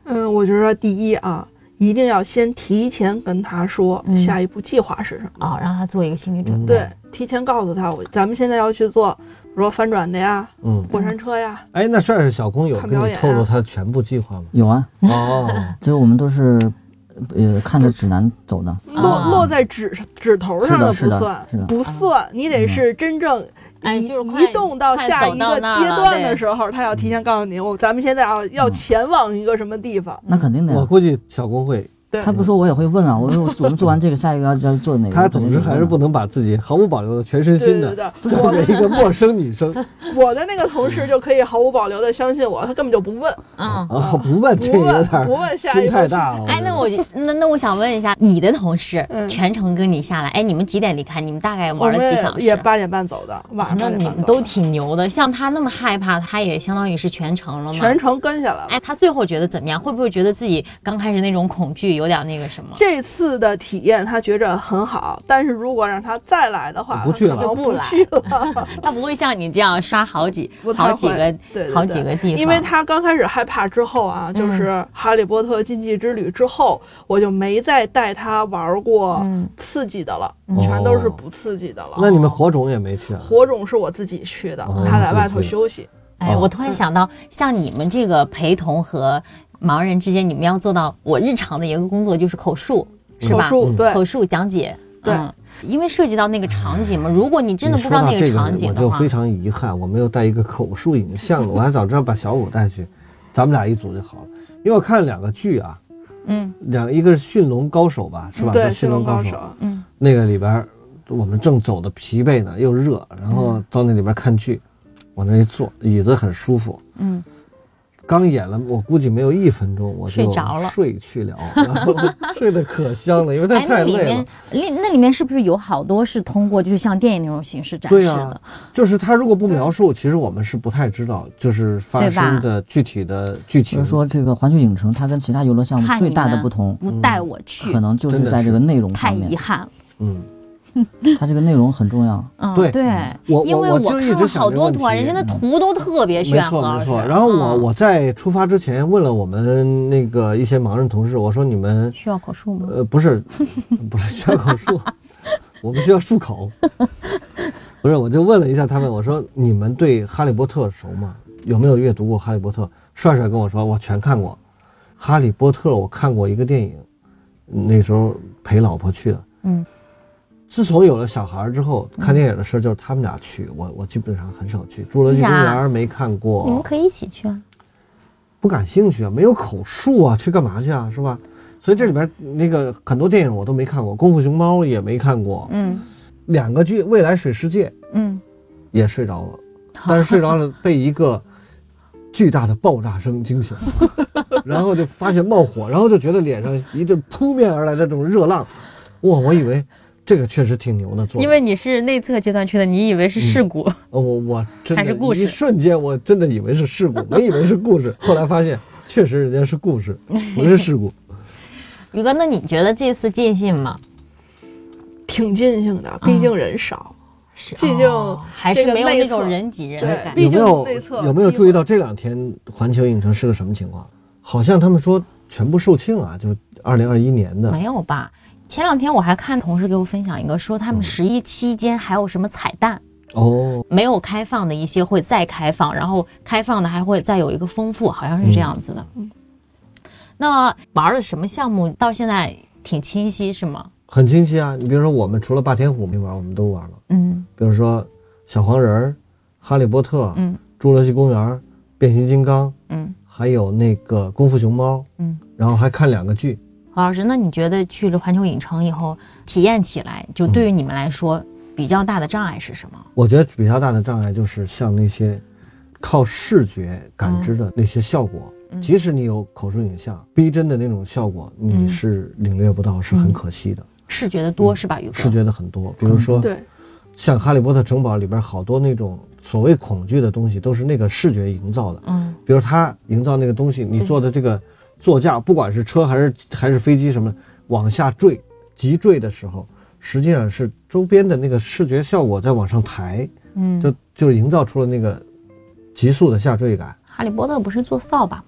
[SPEAKER 5] 嗯，我觉得第一啊，一定要先提前跟他说
[SPEAKER 4] 嗯
[SPEAKER 5] 下一步计划是什么。
[SPEAKER 4] 哦，让他做一个心理准备。
[SPEAKER 2] 嗯
[SPEAKER 5] 对，，提前告诉他，我咱们现在要去做，比如说翻转的呀，
[SPEAKER 2] 嗯，
[SPEAKER 5] 过山车呀，
[SPEAKER 2] 哎，那帅帅小公有
[SPEAKER 5] 看
[SPEAKER 2] 跟
[SPEAKER 5] 表
[SPEAKER 2] 你
[SPEAKER 5] 演
[SPEAKER 2] 透露
[SPEAKER 5] 啊
[SPEAKER 2] 他的全部计划吗
[SPEAKER 1] 有啊，
[SPEAKER 2] 哦，
[SPEAKER 1] 所以我们都是呃看着指南走的。
[SPEAKER 4] 嗯啊
[SPEAKER 5] 落落在指指头上
[SPEAKER 1] 是
[SPEAKER 5] 不
[SPEAKER 1] 的是的
[SPEAKER 5] 算
[SPEAKER 1] 是的，
[SPEAKER 5] 不算，你得是真正。
[SPEAKER 4] 哎
[SPEAKER 5] 移
[SPEAKER 4] 就是快
[SPEAKER 5] 移动到
[SPEAKER 4] 快
[SPEAKER 5] 下
[SPEAKER 4] 走
[SPEAKER 5] 一
[SPEAKER 4] 到
[SPEAKER 5] 个
[SPEAKER 4] 那儿
[SPEAKER 5] 阶
[SPEAKER 4] 了
[SPEAKER 5] 段
[SPEAKER 4] 对
[SPEAKER 5] 的时候，他要提前告诉你，我咱们现在啊要前往一个什么地方。
[SPEAKER 1] 那肯定的
[SPEAKER 2] 我
[SPEAKER 1] 呀。
[SPEAKER 2] 估计小公会
[SPEAKER 5] 对，
[SPEAKER 1] 他不说我也会问啊，我说我我们做完这个，下一个要要做哪个？
[SPEAKER 2] <laughs> 他总之还是不
[SPEAKER 1] 能。
[SPEAKER 2] 能把自己毫无保留的、全身
[SPEAKER 5] 对
[SPEAKER 2] 心
[SPEAKER 5] 对
[SPEAKER 2] 的
[SPEAKER 5] 对，
[SPEAKER 2] 交给一个陌生女
[SPEAKER 5] <laughs>
[SPEAKER 2] 生，
[SPEAKER 5] 我的那个同事就可以毫无保留的相信我，他根本就不问，
[SPEAKER 4] 嗯。
[SPEAKER 2] 然后啊不问这个有点
[SPEAKER 5] 不问下一步
[SPEAKER 2] 心太大了。
[SPEAKER 4] 哎，那
[SPEAKER 2] 觉得
[SPEAKER 4] 我就那那我想问一下，你的同事
[SPEAKER 5] 嗯
[SPEAKER 4] 全程跟你下来，哎，你们几点离开？你们大概
[SPEAKER 5] 我
[SPEAKER 4] <laughs> 玩
[SPEAKER 5] 们
[SPEAKER 4] 了几小
[SPEAKER 5] 也也
[SPEAKER 4] 时？啊
[SPEAKER 5] 八点半走的，晚上
[SPEAKER 4] 那
[SPEAKER 5] 八点
[SPEAKER 4] 你
[SPEAKER 5] 半
[SPEAKER 4] 们
[SPEAKER 5] 走
[SPEAKER 4] 都
[SPEAKER 5] 的，
[SPEAKER 4] 挺牛的，像他那么害怕，他也相当于是全程了嘛。
[SPEAKER 5] 全程跟下来了。
[SPEAKER 4] 哎，他最后觉得怎么样？会不会觉得自己刚开始那种恐惧有点那个什么？
[SPEAKER 5] 这次的体验他觉着很好，但是如果让他再来的话，
[SPEAKER 2] 不去了
[SPEAKER 5] 他可能
[SPEAKER 4] 就不
[SPEAKER 5] 不
[SPEAKER 4] 来
[SPEAKER 5] 去了，
[SPEAKER 4] 哎他不会像你这样刷好几
[SPEAKER 5] <laughs> 不太
[SPEAKER 4] 好几
[SPEAKER 5] 会
[SPEAKER 4] 个
[SPEAKER 5] 对对
[SPEAKER 4] 好几个地方，
[SPEAKER 5] 因为他刚开始害怕之后啊，就是《哈利波特禁忌之旅》之后，我就没再带他玩过
[SPEAKER 4] 嗯哦
[SPEAKER 5] 刺激的了，
[SPEAKER 2] 嗯
[SPEAKER 5] 全都是不刺激的了。
[SPEAKER 2] 那你们火种也没去啊？
[SPEAKER 5] 火种是我自己去的，
[SPEAKER 2] 哦
[SPEAKER 5] 他在外
[SPEAKER 2] 自
[SPEAKER 5] 头
[SPEAKER 2] 己去
[SPEAKER 5] 休息。
[SPEAKER 4] 哎，
[SPEAKER 2] 哦
[SPEAKER 4] 我突然想到，像你们这个陪同和盲人之间，你们要做到我日常的一个工作就是口述，是
[SPEAKER 5] 手
[SPEAKER 4] 吧？
[SPEAKER 5] 术
[SPEAKER 2] 嗯
[SPEAKER 5] 对，
[SPEAKER 4] 口述讲解，
[SPEAKER 5] 对
[SPEAKER 4] 嗯，因为涉及到那个场景嘛，如果你真的
[SPEAKER 2] 你
[SPEAKER 4] 不知
[SPEAKER 2] 说
[SPEAKER 4] 道
[SPEAKER 2] 到
[SPEAKER 4] 那
[SPEAKER 2] 这
[SPEAKER 4] 个
[SPEAKER 2] 个，
[SPEAKER 4] 场景
[SPEAKER 2] 我
[SPEAKER 4] 的
[SPEAKER 2] 就
[SPEAKER 4] 话
[SPEAKER 2] 非，常遗憾，我没有带一个口述影像的，我还早知道把小五带去，咱们俩一组就好了。因为我看两个剧啊，
[SPEAKER 4] 嗯，
[SPEAKER 2] 两一个是《驯龙高手》吧，是吧？
[SPEAKER 5] 对，
[SPEAKER 2] 叫驯龙
[SPEAKER 5] 高
[SPEAKER 2] 高手》，
[SPEAKER 4] 嗯
[SPEAKER 2] 那个里边儿我们正走的疲惫呢，又
[SPEAKER 5] 嗯
[SPEAKER 2] 热，然后到那里边看剧，往那一坐，椅子很舒服，
[SPEAKER 4] 嗯，
[SPEAKER 2] 刚演了，我估计没有一分钟，我就
[SPEAKER 6] 睡着了
[SPEAKER 2] 睡去了， <laughs> 然后睡得可香了，因为它
[SPEAKER 4] 哎，那
[SPEAKER 2] 太
[SPEAKER 4] 里
[SPEAKER 2] 累了
[SPEAKER 4] 面。那那里面是不是有好多是通过就是像电影那种形式展
[SPEAKER 2] 对啊
[SPEAKER 4] 示
[SPEAKER 2] 呀
[SPEAKER 4] 的？
[SPEAKER 2] 就是他如果不描述，其实我们是不太知道，就是发
[SPEAKER 4] 对吧
[SPEAKER 2] 生的具体的
[SPEAKER 1] 所
[SPEAKER 2] 剧情。
[SPEAKER 1] 以说，这个环球影城它跟其他游乐项目
[SPEAKER 2] 嗯
[SPEAKER 4] 看
[SPEAKER 1] 最
[SPEAKER 4] 你
[SPEAKER 1] 大的
[SPEAKER 4] 们
[SPEAKER 1] 不同，
[SPEAKER 4] 不带我去
[SPEAKER 1] 可，能就
[SPEAKER 2] 真
[SPEAKER 1] 是
[SPEAKER 2] 的
[SPEAKER 1] 在这
[SPEAKER 2] 是
[SPEAKER 1] 个内容
[SPEAKER 4] 太
[SPEAKER 1] 方
[SPEAKER 4] 遗
[SPEAKER 1] 面，
[SPEAKER 4] 憾了。
[SPEAKER 2] 嗯，
[SPEAKER 1] 它这个内容很重要。
[SPEAKER 4] 嗯，
[SPEAKER 2] 对我
[SPEAKER 6] 因为
[SPEAKER 2] 我就一
[SPEAKER 6] 看
[SPEAKER 2] 直
[SPEAKER 6] 了
[SPEAKER 2] 想
[SPEAKER 6] 好
[SPEAKER 2] 这个
[SPEAKER 6] 多
[SPEAKER 2] 问
[SPEAKER 6] 图啊，
[SPEAKER 2] 题
[SPEAKER 6] 人家的图都特别
[SPEAKER 2] 没
[SPEAKER 6] 炫，何
[SPEAKER 2] 错
[SPEAKER 6] 老
[SPEAKER 2] 没
[SPEAKER 6] 师
[SPEAKER 2] 错。然后我
[SPEAKER 6] 嗯
[SPEAKER 2] 我在出发之前问了我们那个一些盲人同事，我说你们
[SPEAKER 4] 需要口述吗？
[SPEAKER 2] 呃不是 <laughs> 不是需要口述，我们需要漱口。不是，我就问了一下他们，我说你们对《哈利波特》熟吗？有没有阅读过《哈利波特》？帅帅跟我说，我全看过，《哈利波特》我看过一个电影，那时候陪老婆去的。
[SPEAKER 4] 嗯，
[SPEAKER 2] 自从有了小孩儿之后，看电影的事儿就是他们俩去，我我基本上很少去。《侏罗纪公
[SPEAKER 4] 为
[SPEAKER 2] 园
[SPEAKER 4] 啥》
[SPEAKER 2] 没看过，
[SPEAKER 4] 你们可以一起去啊。
[SPEAKER 2] 不感兴趣啊，没有口述啊，去干嘛去啊，是吧？所以这里边那个很多电影我都没看过，《功夫熊猫》也没看过，
[SPEAKER 4] 嗯
[SPEAKER 2] 两个剧《未来水世界》
[SPEAKER 4] 嗯，
[SPEAKER 2] 也睡着了，但是睡着了被一个巨大的爆炸声惊醒，
[SPEAKER 6] <laughs>
[SPEAKER 2] 然后就发现冒火，然后就觉得脸上一阵扑面而来的这种热浪，哇！我以为这个确实挺牛的做的，
[SPEAKER 6] 因为你是内侧阶段去的，你以为是事故，
[SPEAKER 4] 嗯
[SPEAKER 2] 呃我我真
[SPEAKER 6] 还
[SPEAKER 2] 的
[SPEAKER 6] 是故事
[SPEAKER 2] 一瞬间我真的以为是事故，没以为是故事，后来发现确实人家是故事，不是事故。
[SPEAKER 6] 宇哥，那你觉得这次尽兴吗？
[SPEAKER 5] 挺尽兴的，
[SPEAKER 2] 嗯
[SPEAKER 5] 毕竟人
[SPEAKER 2] 哦
[SPEAKER 5] 少，
[SPEAKER 6] 是
[SPEAKER 5] 毕竟
[SPEAKER 6] 哦还
[SPEAKER 5] 这
[SPEAKER 6] 是
[SPEAKER 5] 个
[SPEAKER 6] 没有
[SPEAKER 5] 内
[SPEAKER 6] 那种
[SPEAKER 5] 侧
[SPEAKER 6] 人挤人的
[SPEAKER 5] 对
[SPEAKER 6] 感觉。
[SPEAKER 5] 毕
[SPEAKER 2] 有没
[SPEAKER 5] 竟
[SPEAKER 2] 有
[SPEAKER 5] 内测
[SPEAKER 2] 有没有
[SPEAKER 5] 机
[SPEAKER 2] 注意
[SPEAKER 5] 会
[SPEAKER 2] 到这两天环球影城是个什么情况？好像他们说全部售罄啊，就二零二一年的
[SPEAKER 4] 没有吧？前两天我还看同事给我分享一个，说他
[SPEAKER 2] 嗯
[SPEAKER 4] 们十一期间还有什么彩蛋，
[SPEAKER 2] 哦，
[SPEAKER 4] 没有开放的一些会再开放，然后开放的还会再有一个丰富，好像是这样子的。
[SPEAKER 5] 嗯
[SPEAKER 4] 那玩了什么项目到现在挺清晰是吗？
[SPEAKER 2] 很清晰啊。你比如说，我们除了霸天虎没玩，我们都玩了。
[SPEAKER 4] 嗯
[SPEAKER 2] 比如说小黄人儿、哈利波特、
[SPEAKER 4] 嗯
[SPEAKER 2] 侏罗纪公园、变形金刚，
[SPEAKER 4] 嗯，
[SPEAKER 2] 还有那个功夫熊猫，
[SPEAKER 4] 嗯，
[SPEAKER 2] 然后还看两个剧。
[SPEAKER 4] 何老师，那你觉得去了环球影城以后，体验起来就对于
[SPEAKER 2] 嗯
[SPEAKER 4] 你们来说、比较大的障碍是什么？
[SPEAKER 2] 我觉得比较大的障碍就是像那些靠视觉
[SPEAKER 5] 嗯
[SPEAKER 2] 感知的那些效果，即使你有口述影像逼真的那种效果，
[SPEAKER 5] 嗯
[SPEAKER 2] 你是领略不到，是很可惜的。
[SPEAKER 4] 视觉的多是吧，宇哥？
[SPEAKER 2] 嗯视觉的很多，比如说
[SPEAKER 5] 对，
[SPEAKER 2] 像《哈利波特城堡》里边好多那种所谓恐惧的东西，都是那个视觉营造的。
[SPEAKER 4] 嗯，
[SPEAKER 2] 比如他营造那个东西，你坐的这个座驾，不管是车还是还是飞机什么的，往下坠、急坠的时候，实际上是周边的那个视觉效果在往上抬，
[SPEAKER 4] 嗯
[SPEAKER 2] 就就营造出了那个急速的下坠感。
[SPEAKER 4] 哈利波特不是坐扫把吗？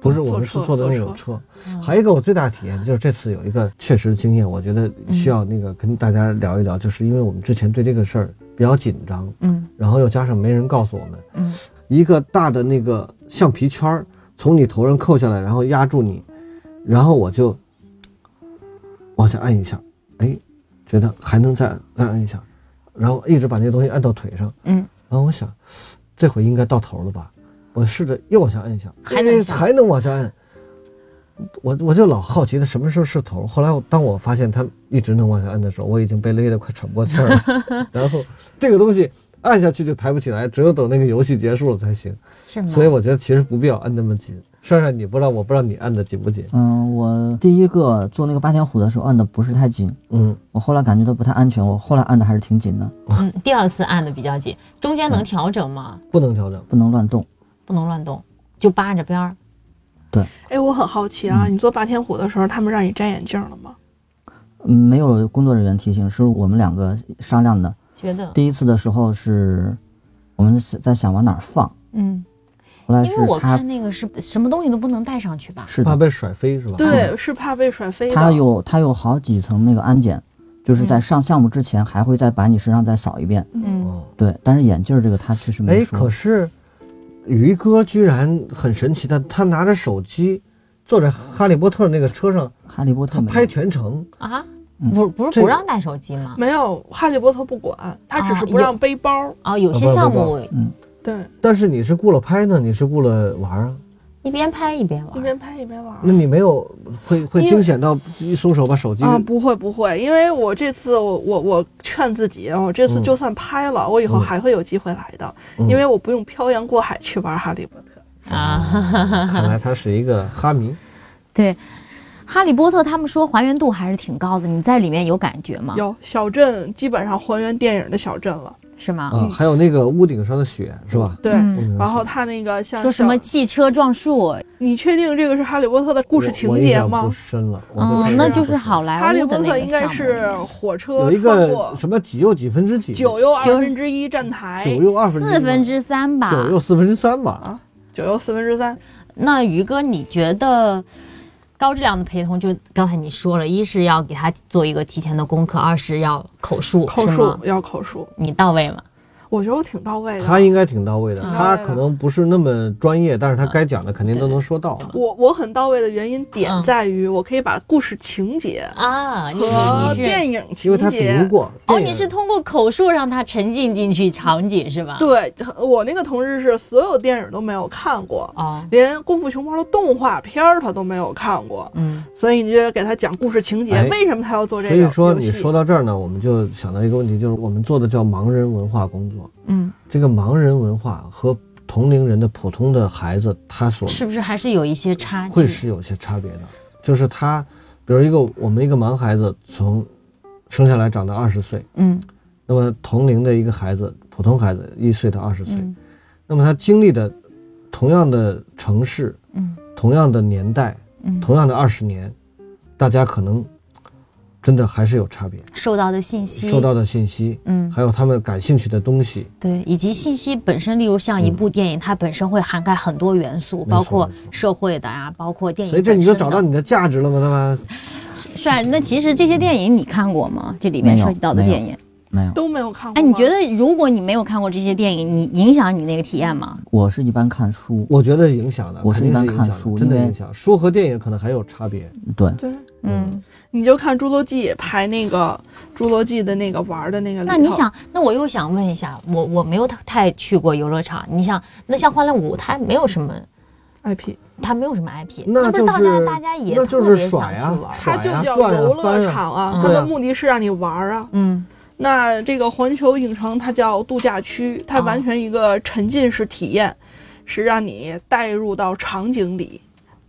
[SPEAKER 2] 不是
[SPEAKER 5] 嗯坐
[SPEAKER 2] 我们
[SPEAKER 5] 车嗯
[SPEAKER 2] 是坐的
[SPEAKER 5] 坐
[SPEAKER 2] 那种车，还有一个我最大的体验就是这次有一个确实经验，我觉得需要那个跟大家聊一聊，就是因为我们之前对这个事儿比较紧张，
[SPEAKER 4] 嗯
[SPEAKER 2] 然后又加上没人告诉我们，
[SPEAKER 4] 嗯，
[SPEAKER 2] 一个大的那个橡皮圈儿从你头上扣下来，然后压住你，然后我就往下按一下，哎，觉得还能再再按一下，然后一直把那个东西按到腿上，
[SPEAKER 4] 嗯，
[SPEAKER 2] 然后我想这回应该到头了吧，我试着又往下按一下，
[SPEAKER 4] 还能
[SPEAKER 2] 哎
[SPEAKER 4] 下
[SPEAKER 2] 还能往下按。我我就老好奇它什么时候是头。后来我当我发现它一直能往下按的时候，我已经被勒得快喘不过气儿
[SPEAKER 4] <laughs>
[SPEAKER 2] 了。然后这个东西按下去就抬不起来，只有等那个游戏结束了才行。
[SPEAKER 4] 是
[SPEAKER 5] 嗯
[SPEAKER 4] 吗？
[SPEAKER 2] 所以我觉得其实不必要按那么紧。帅帅，你不知道，我不知道你按的紧不紧。
[SPEAKER 1] 嗯，我第一个做那个霸天虎的时候按的不是太紧，
[SPEAKER 2] 嗯，
[SPEAKER 1] 我后来感觉到不太安全，我后来按的还是挺紧的，
[SPEAKER 4] 嗯，第二次按的比较紧，中间能调整吗？
[SPEAKER 2] 不能调整。
[SPEAKER 1] 不能乱动。
[SPEAKER 4] 不能乱动，就扒着边儿。
[SPEAKER 5] 哎，我很好奇
[SPEAKER 2] 嗯
[SPEAKER 5] 啊，你做霸天虎的时候，他们让你摘眼镜了吗？
[SPEAKER 1] 嗯，没有工作人员提醒，是我们两个商量的。
[SPEAKER 4] 觉得，
[SPEAKER 1] 第一次的时候是我们是在想往哪儿放，
[SPEAKER 4] 嗯，
[SPEAKER 1] 后来
[SPEAKER 4] 因
[SPEAKER 1] 是
[SPEAKER 4] 为我
[SPEAKER 1] 他
[SPEAKER 4] 看那个是什么东西都不能带上去吧？
[SPEAKER 1] 是
[SPEAKER 2] 怕
[SPEAKER 1] 的，
[SPEAKER 2] 被甩飞是吧？
[SPEAKER 5] 对，是怕被甩飞的。
[SPEAKER 1] 他有他有好几层那个安检，就是在上项目之前还会再把你身上再扫一遍。
[SPEAKER 4] 嗯，
[SPEAKER 2] 哦。
[SPEAKER 1] 对，但是眼镜儿这个他确实没
[SPEAKER 2] 哎，
[SPEAKER 1] 说。
[SPEAKER 2] 可是于哥居然很神奇的，他拿着手机坐在哈利波特那个车上，
[SPEAKER 1] 哈利波
[SPEAKER 2] 他
[SPEAKER 1] 特没有
[SPEAKER 2] 拍全程。
[SPEAKER 4] 啊，不不是
[SPEAKER 2] 这
[SPEAKER 4] 不让带手机吗？
[SPEAKER 5] 没有，哈利波特不管，他只是
[SPEAKER 4] 啊
[SPEAKER 5] 不让背包。
[SPEAKER 4] 啊，有些
[SPEAKER 2] 啊不
[SPEAKER 4] 项
[SPEAKER 2] 不
[SPEAKER 4] 目
[SPEAKER 5] 对，
[SPEAKER 2] 但是你是顾了拍呢，你是顾了玩啊？
[SPEAKER 5] 嗯
[SPEAKER 4] 一边拍一边
[SPEAKER 5] 一
[SPEAKER 4] 玩。
[SPEAKER 5] 边拍一边玩。
[SPEAKER 2] 那你没有会会
[SPEAKER 5] 因为
[SPEAKER 2] 惊险到一松手把手机
[SPEAKER 5] 啊，不会不会，因为我这次我我我劝自己，我这次
[SPEAKER 2] 嗯
[SPEAKER 5] 就算拍了，我以后
[SPEAKER 2] 嗯
[SPEAKER 5] 还会有机会来的，
[SPEAKER 2] 嗯
[SPEAKER 5] 因为我不用漂洋过海去玩哈利波特。
[SPEAKER 4] <laughs>
[SPEAKER 2] 啊，看来他是一个哈迷。
[SPEAKER 4] 对，《哈利波特》他们说还原度还是挺高的，你在里面有感觉吗？
[SPEAKER 5] 有小镇基本上还原电影的小镇了，
[SPEAKER 4] 是吗？
[SPEAKER 2] 啊，还有那个屋顶上的雪是吧？
[SPEAKER 5] 对。
[SPEAKER 4] 嗯
[SPEAKER 2] 屋顶上的
[SPEAKER 5] 然后
[SPEAKER 2] 雪
[SPEAKER 5] 他那个像
[SPEAKER 4] 说什么
[SPEAKER 5] 小
[SPEAKER 4] 汽车撞树？
[SPEAKER 5] 你确定这个是《哈利波特》的故事
[SPEAKER 2] 我
[SPEAKER 5] 情
[SPEAKER 2] 我印
[SPEAKER 5] 节
[SPEAKER 2] 象不
[SPEAKER 5] 吗？
[SPEAKER 2] 深了，我
[SPEAKER 4] 哦
[SPEAKER 2] 对，
[SPEAKER 5] 是
[SPEAKER 4] 那
[SPEAKER 5] 啊
[SPEAKER 4] 就
[SPEAKER 2] 不
[SPEAKER 4] 是
[SPEAKER 2] 深
[SPEAKER 4] 好
[SPEAKER 5] 哈
[SPEAKER 4] 莱
[SPEAKER 5] 利
[SPEAKER 4] 坞的
[SPEAKER 5] 波
[SPEAKER 4] 那
[SPEAKER 5] 特
[SPEAKER 4] 个
[SPEAKER 5] 应该
[SPEAKER 4] 项
[SPEAKER 5] 是
[SPEAKER 4] 目，
[SPEAKER 5] 火车
[SPEAKER 2] 有一
[SPEAKER 5] 穿
[SPEAKER 2] 个
[SPEAKER 5] 过
[SPEAKER 2] 什么几又几分之几，
[SPEAKER 5] 九又二
[SPEAKER 4] 就是
[SPEAKER 5] 分之一站台，
[SPEAKER 2] 九又二分之
[SPEAKER 4] 哎四分之三吧。
[SPEAKER 2] 九又四分之三
[SPEAKER 5] 啊
[SPEAKER 2] 吧。
[SPEAKER 5] 九又四分之三，
[SPEAKER 6] 那于哥，你觉得高质量的陪同，就刚才你说了，一是要给他做一个提前的功课，二是要口述，
[SPEAKER 5] 口
[SPEAKER 6] 是
[SPEAKER 5] 述
[SPEAKER 6] 吗
[SPEAKER 5] 要口述，
[SPEAKER 6] 你到位吗？
[SPEAKER 5] 我觉得我挺到位的。
[SPEAKER 2] 他应该挺到位的，
[SPEAKER 5] 嗯
[SPEAKER 2] 他可能不是那么专业，但是
[SPEAKER 4] 嗯
[SPEAKER 2] 他该讲的肯定都能说到。
[SPEAKER 5] 我我很到位的原因点
[SPEAKER 6] 嗯
[SPEAKER 5] 在于，我可以把故事情节
[SPEAKER 6] 啊，你你
[SPEAKER 5] 和
[SPEAKER 6] 你是
[SPEAKER 5] 电影
[SPEAKER 2] 因为
[SPEAKER 5] 情
[SPEAKER 2] 他比如
[SPEAKER 5] 节，
[SPEAKER 2] 过
[SPEAKER 6] 哦，
[SPEAKER 2] 电影
[SPEAKER 6] 你是通过口述让他沉浸进去场景是吧？
[SPEAKER 5] 对我那个同事是所有电影都没有看过，
[SPEAKER 6] 哦，
[SPEAKER 5] 连《功夫熊猫》的动画片儿他都没有看过，
[SPEAKER 6] 嗯，
[SPEAKER 5] 所以你就给他讲故事情节，
[SPEAKER 2] 哎
[SPEAKER 5] 为什么他要做这
[SPEAKER 2] 所
[SPEAKER 5] 个
[SPEAKER 2] 以
[SPEAKER 5] 游戏？
[SPEAKER 2] 说你说到这儿呢，我们就想到一个问题，就是我们做的叫盲人文化工作。
[SPEAKER 6] 嗯，
[SPEAKER 2] 这个盲人文化和同龄人的普通的孩子，他所
[SPEAKER 6] 是不是还是有一些差距？
[SPEAKER 2] 会是有些差别的。就是他，比如一个我们一个盲孩子从生下来长到二十岁，
[SPEAKER 6] 嗯
[SPEAKER 2] 那么同龄的一个孩子，普通孩子一岁到二十岁，
[SPEAKER 6] 嗯
[SPEAKER 2] 那么他经历的同样的城市，
[SPEAKER 6] 嗯，
[SPEAKER 2] 同样的年代，
[SPEAKER 6] 嗯，
[SPEAKER 2] 同样的二十年，大家可能真的还是有差别，
[SPEAKER 6] 受到的信息，
[SPEAKER 2] 收到的信息，
[SPEAKER 6] 嗯，
[SPEAKER 2] 还有他们感兴趣的东西，
[SPEAKER 6] 对，以及信息本身，例如像一部电影，它本身会涵盖很多元素，
[SPEAKER 2] 嗯没错
[SPEAKER 6] 包括
[SPEAKER 2] 没错
[SPEAKER 6] 社会的啊，包括电影
[SPEAKER 2] 所以
[SPEAKER 6] 本身
[SPEAKER 2] 这你
[SPEAKER 6] 的。
[SPEAKER 2] 就找到你的价值了吗？那么
[SPEAKER 4] 帅，那其实这些电影你看过吗？这里面
[SPEAKER 1] 没有
[SPEAKER 4] 涉及到的
[SPEAKER 1] 没有
[SPEAKER 4] 电影，
[SPEAKER 1] 没有，
[SPEAKER 5] 都没有看过吗。啊
[SPEAKER 4] 哎，你觉得如果你没有看过这些电影，你影响你那个体验吗？
[SPEAKER 1] 我是一般看书，
[SPEAKER 2] 我觉得影响的，
[SPEAKER 1] 我是
[SPEAKER 2] 肯
[SPEAKER 1] 一
[SPEAKER 2] 定
[SPEAKER 1] 般
[SPEAKER 2] 是影响
[SPEAKER 1] 看书
[SPEAKER 2] 的，真的
[SPEAKER 1] 因为
[SPEAKER 2] 影响。书和电影可能还有差别，
[SPEAKER 1] 对，
[SPEAKER 5] 对？
[SPEAKER 4] 嗯，
[SPEAKER 5] 你就看《侏罗纪》排那个《侏罗纪》的那个玩儿的那个。
[SPEAKER 6] 那你，想，那我又想问一下，我我没有太去过游乐场，你想，那像欢乐谷，它没有什么，
[SPEAKER 5] IP，
[SPEAKER 6] 它没有什么 IP，
[SPEAKER 2] 那
[SPEAKER 6] 不是
[SPEAKER 2] 就
[SPEAKER 6] 大家
[SPEAKER 2] 是
[SPEAKER 6] 大家也
[SPEAKER 2] 那
[SPEAKER 6] 特
[SPEAKER 2] 就是
[SPEAKER 6] 别想
[SPEAKER 2] 甩
[SPEAKER 6] 去
[SPEAKER 2] 啊
[SPEAKER 6] 玩儿，
[SPEAKER 5] 它
[SPEAKER 2] 甩
[SPEAKER 5] 就
[SPEAKER 2] 啊，
[SPEAKER 5] 叫
[SPEAKER 2] 转
[SPEAKER 5] 游
[SPEAKER 2] 啊，翻
[SPEAKER 5] 乐
[SPEAKER 2] 啊，
[SPEAKER 5] 场啊，它
[SPEAKER 2] 对啊
[SPEAKER 5] 的目的是让你玩儿啊。
[SPEAKER 2] <laughs>
[SPEAKER 6] 嗯，
[SPEAKER 5] 那这个环球影城它叫度假区，它
[SPEAKER 6] 哦
[SPEAKER 5] 完全一个沉浸式体验，是让你带入到场景里，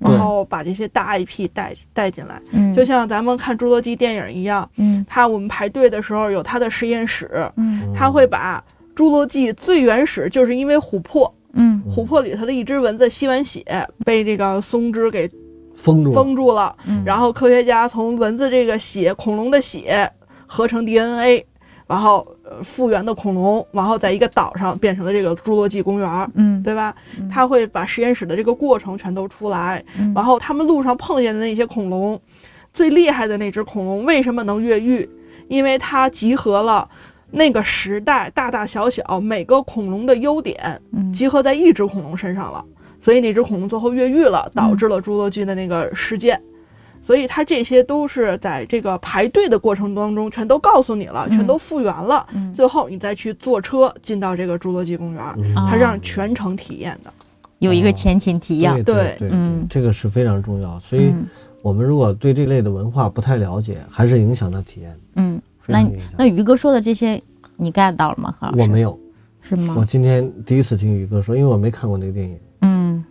[SPEAKER 2] 对
[SPEAKER 5] 然后把这些大 IP 带带进来。
[SPEAKER 4] 嗯
[SPEAKER 5] 就像咱们看《侏罗纪》电影一样，
[SPEAKER 2] <laughs>
[SPEAKER 4] 嗯
[SPEAKER 5] 它我们排队的时候有它的实验室，
[SPEAKER 4] 嗯
[SPEAKER 5] 它会把《侏罗纪》最原始就是因为琥珀，
[SPEAKER 4] 嗯
[SPEAKER 2] 嗯
[SPEAKER 5] 琥珀里头的一只蚊子吸完血被这个松枝给
[SPEAKER 2] 封住了，
[SPEAKER 5] 封住了，
[SPEAKER 4] 嗯
[SPEAKER 5] 然后科学家从蚊子这个血、恐龙的血合成 DNA，然后呃复原的恐龙，然后在一个岛上变成了这个侏罗纪公园，
[SPEAKER 4] 嗯
[SPEAKER 5] 对吧？他会把实验室的这个过程全都出来，
[SPEAKER 4] 嗯
[SPEAKER 5] 然后他们路上碰见的那些恐龙，最厉害的那只恐龙为什么能越狱？因为它集合了。那个时代大大小小每个恐龙的优点
[SPEAKER 4] 嗯
[SPEAKER 5] 集合在一只恐龙身上了，所以那只恐龙最后越狱了，
[SPEAKER 4] 嗯
[SPEAKER 5] 导致了侏罗纪的那个事件。所以它这些都是在这个排队的过程当中全都告诉你了，全都复原了，
[SPEAKER 4] 嗯
[SPEAKER 5] 最后你再去坐车进到这个侏罗纪公园，
[SPEAKER 2] 嗯
[SPEAKER 5] 它
[SPEAKER 4] 啊
[SPEAKER 5] 是让全程体验的。
[SPEAKER 4] 有一个前情提要
[SPEAKER 2] 对。
[SPEAKER 5] 对
[SPEAKER 2] 对，
[SPEAKER 4] 嗯
[SPEAKER 2] 这个是非常重要。所以
[SPEAKER 4] 嗯
[SPEAKER 2] 我们如果对这类的文化不太了解，还是影响到体验，
[SPEAKER 4] 嗯，
[SPEAKER 2] 非
[SPEAKER 4] 那
[SPEAKER 2] 常
[SPEAKER 4] 你
[SPEAKER 2] 影响
[SPEAKER 4] 那。于哥说的这些，你 get 到了吗？何老师，嗯
[SPEAKER 2] 我没有，
[SPEAKER 4] 是吗
[SPEAKER 2] 我？今天第一次听宇哥说，因为我没看过那个电影。
[SPEAKER 4] 嗯，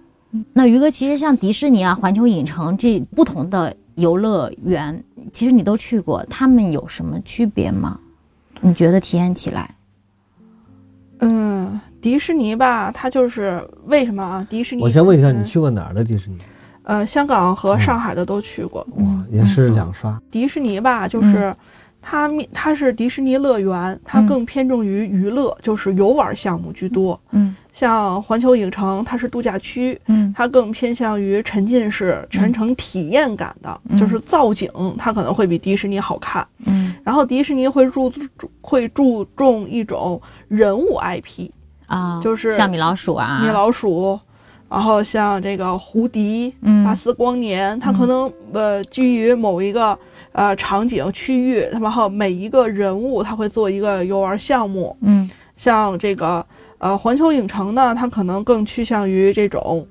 [SPEAKER 4] 那于哥，其实像迪士尼啊、环球影城这不同的游乐园，其实你都去过，他们有什么区别吗？你觉得体验起来？
[SPEAKER 5] 嗯，迪士尼吧，它就是为什么啊？迪士尼，
[SPEAKER 2] 我先问一下，你
[SPEAKER 5] 嗯
[SPEAKER 2] 去过哪儿的迪士尼？
[SPEAKER 5] 呃，香港和
[SPEAKER 2] 嗯
[SPEAKER 5] 上海的都去过。
[SPEAKER 4] 嗯
[SPEAKER 2] 哇，也是两刷。
[SPEAKER 5] 迪士尼吧，
[SPEAKER 2] 嗯
[SPEAKER 5] 就是它面它是迪士尼乐园，它
[SPEAKER 4] 嗯
[SPEAKER 5] 更偏重于娱乐，就是游玩项目居多。
[SPEAKER 4] 嗯
[SPEAKER 5] 像环球影城，它是度假区，
[SPEAKER 4] 嗯
[SPEAKER 5] 它更偏向于沉浸式、全程体验感的，
[SPEAKER 4] 嗯
[SPEAKER 5] 就是造景，它可能会比迪士尼好看。
[SPEAKER 4] 嗯
[SPEAKER 5] 然后迪士尼会注注会注重一种人物 IP，
[SPEAKER 4] 啊，
[SPEAKER 5] 就是
[SPEAKER 4] 像米老鼠啊，
[SPEAKER 5] 米老鼠，然后像这个胡迪、
[SPEAKER 4] 嗯
[SPEAKER 5] 巴斯光年，它可能呃基于某一个呃场景区域，然后每一个人物它会做一个游玩项目，
[SPEAKER 4] 嗯
[SPEAKER 5] 像这个呃环球影城呢，它可能更趋向于这种。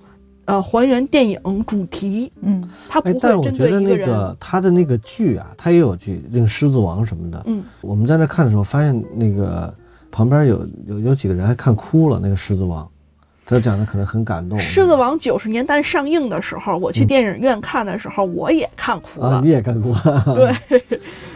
[SPEAKER 5] 呃，还原电影主题，
[SPEAKER 4] 嗯
[SPEAKER 5] 它不
[SPEAKER 2] 哎，但是
[SPEAKER 5] 会
[SPEAKER 2] 我
[SPEAKER 5] 针
[SPEAKER 2] 觉
[SPEAKER 5] 对
[SPEAKER 2] 得
[SPEAKER 5] 一
[SPEAKER 2] 那
[SPEAKER 5] 人。
[SPEAKER 2] 个嗯他的那个剧啊，他也有剧，那个《狮子王》什么的。
[SPEAKER 5] 嗯，
[SPEAKER 2] 我们在那看的时候，发现那个旁边有有有几个人还看哭了，那个《狮子王》。他讲的可能很感动。
[SPEAKER 5] 《狮子王》九十年代上映的时候，我去电影院看的时候，我也看哭
[SPEAKER 2] 嗯啊，
[SPEAKER 5] 了
[SPEAKER 2] 你。也看过？
[SPEAKER 5] 对，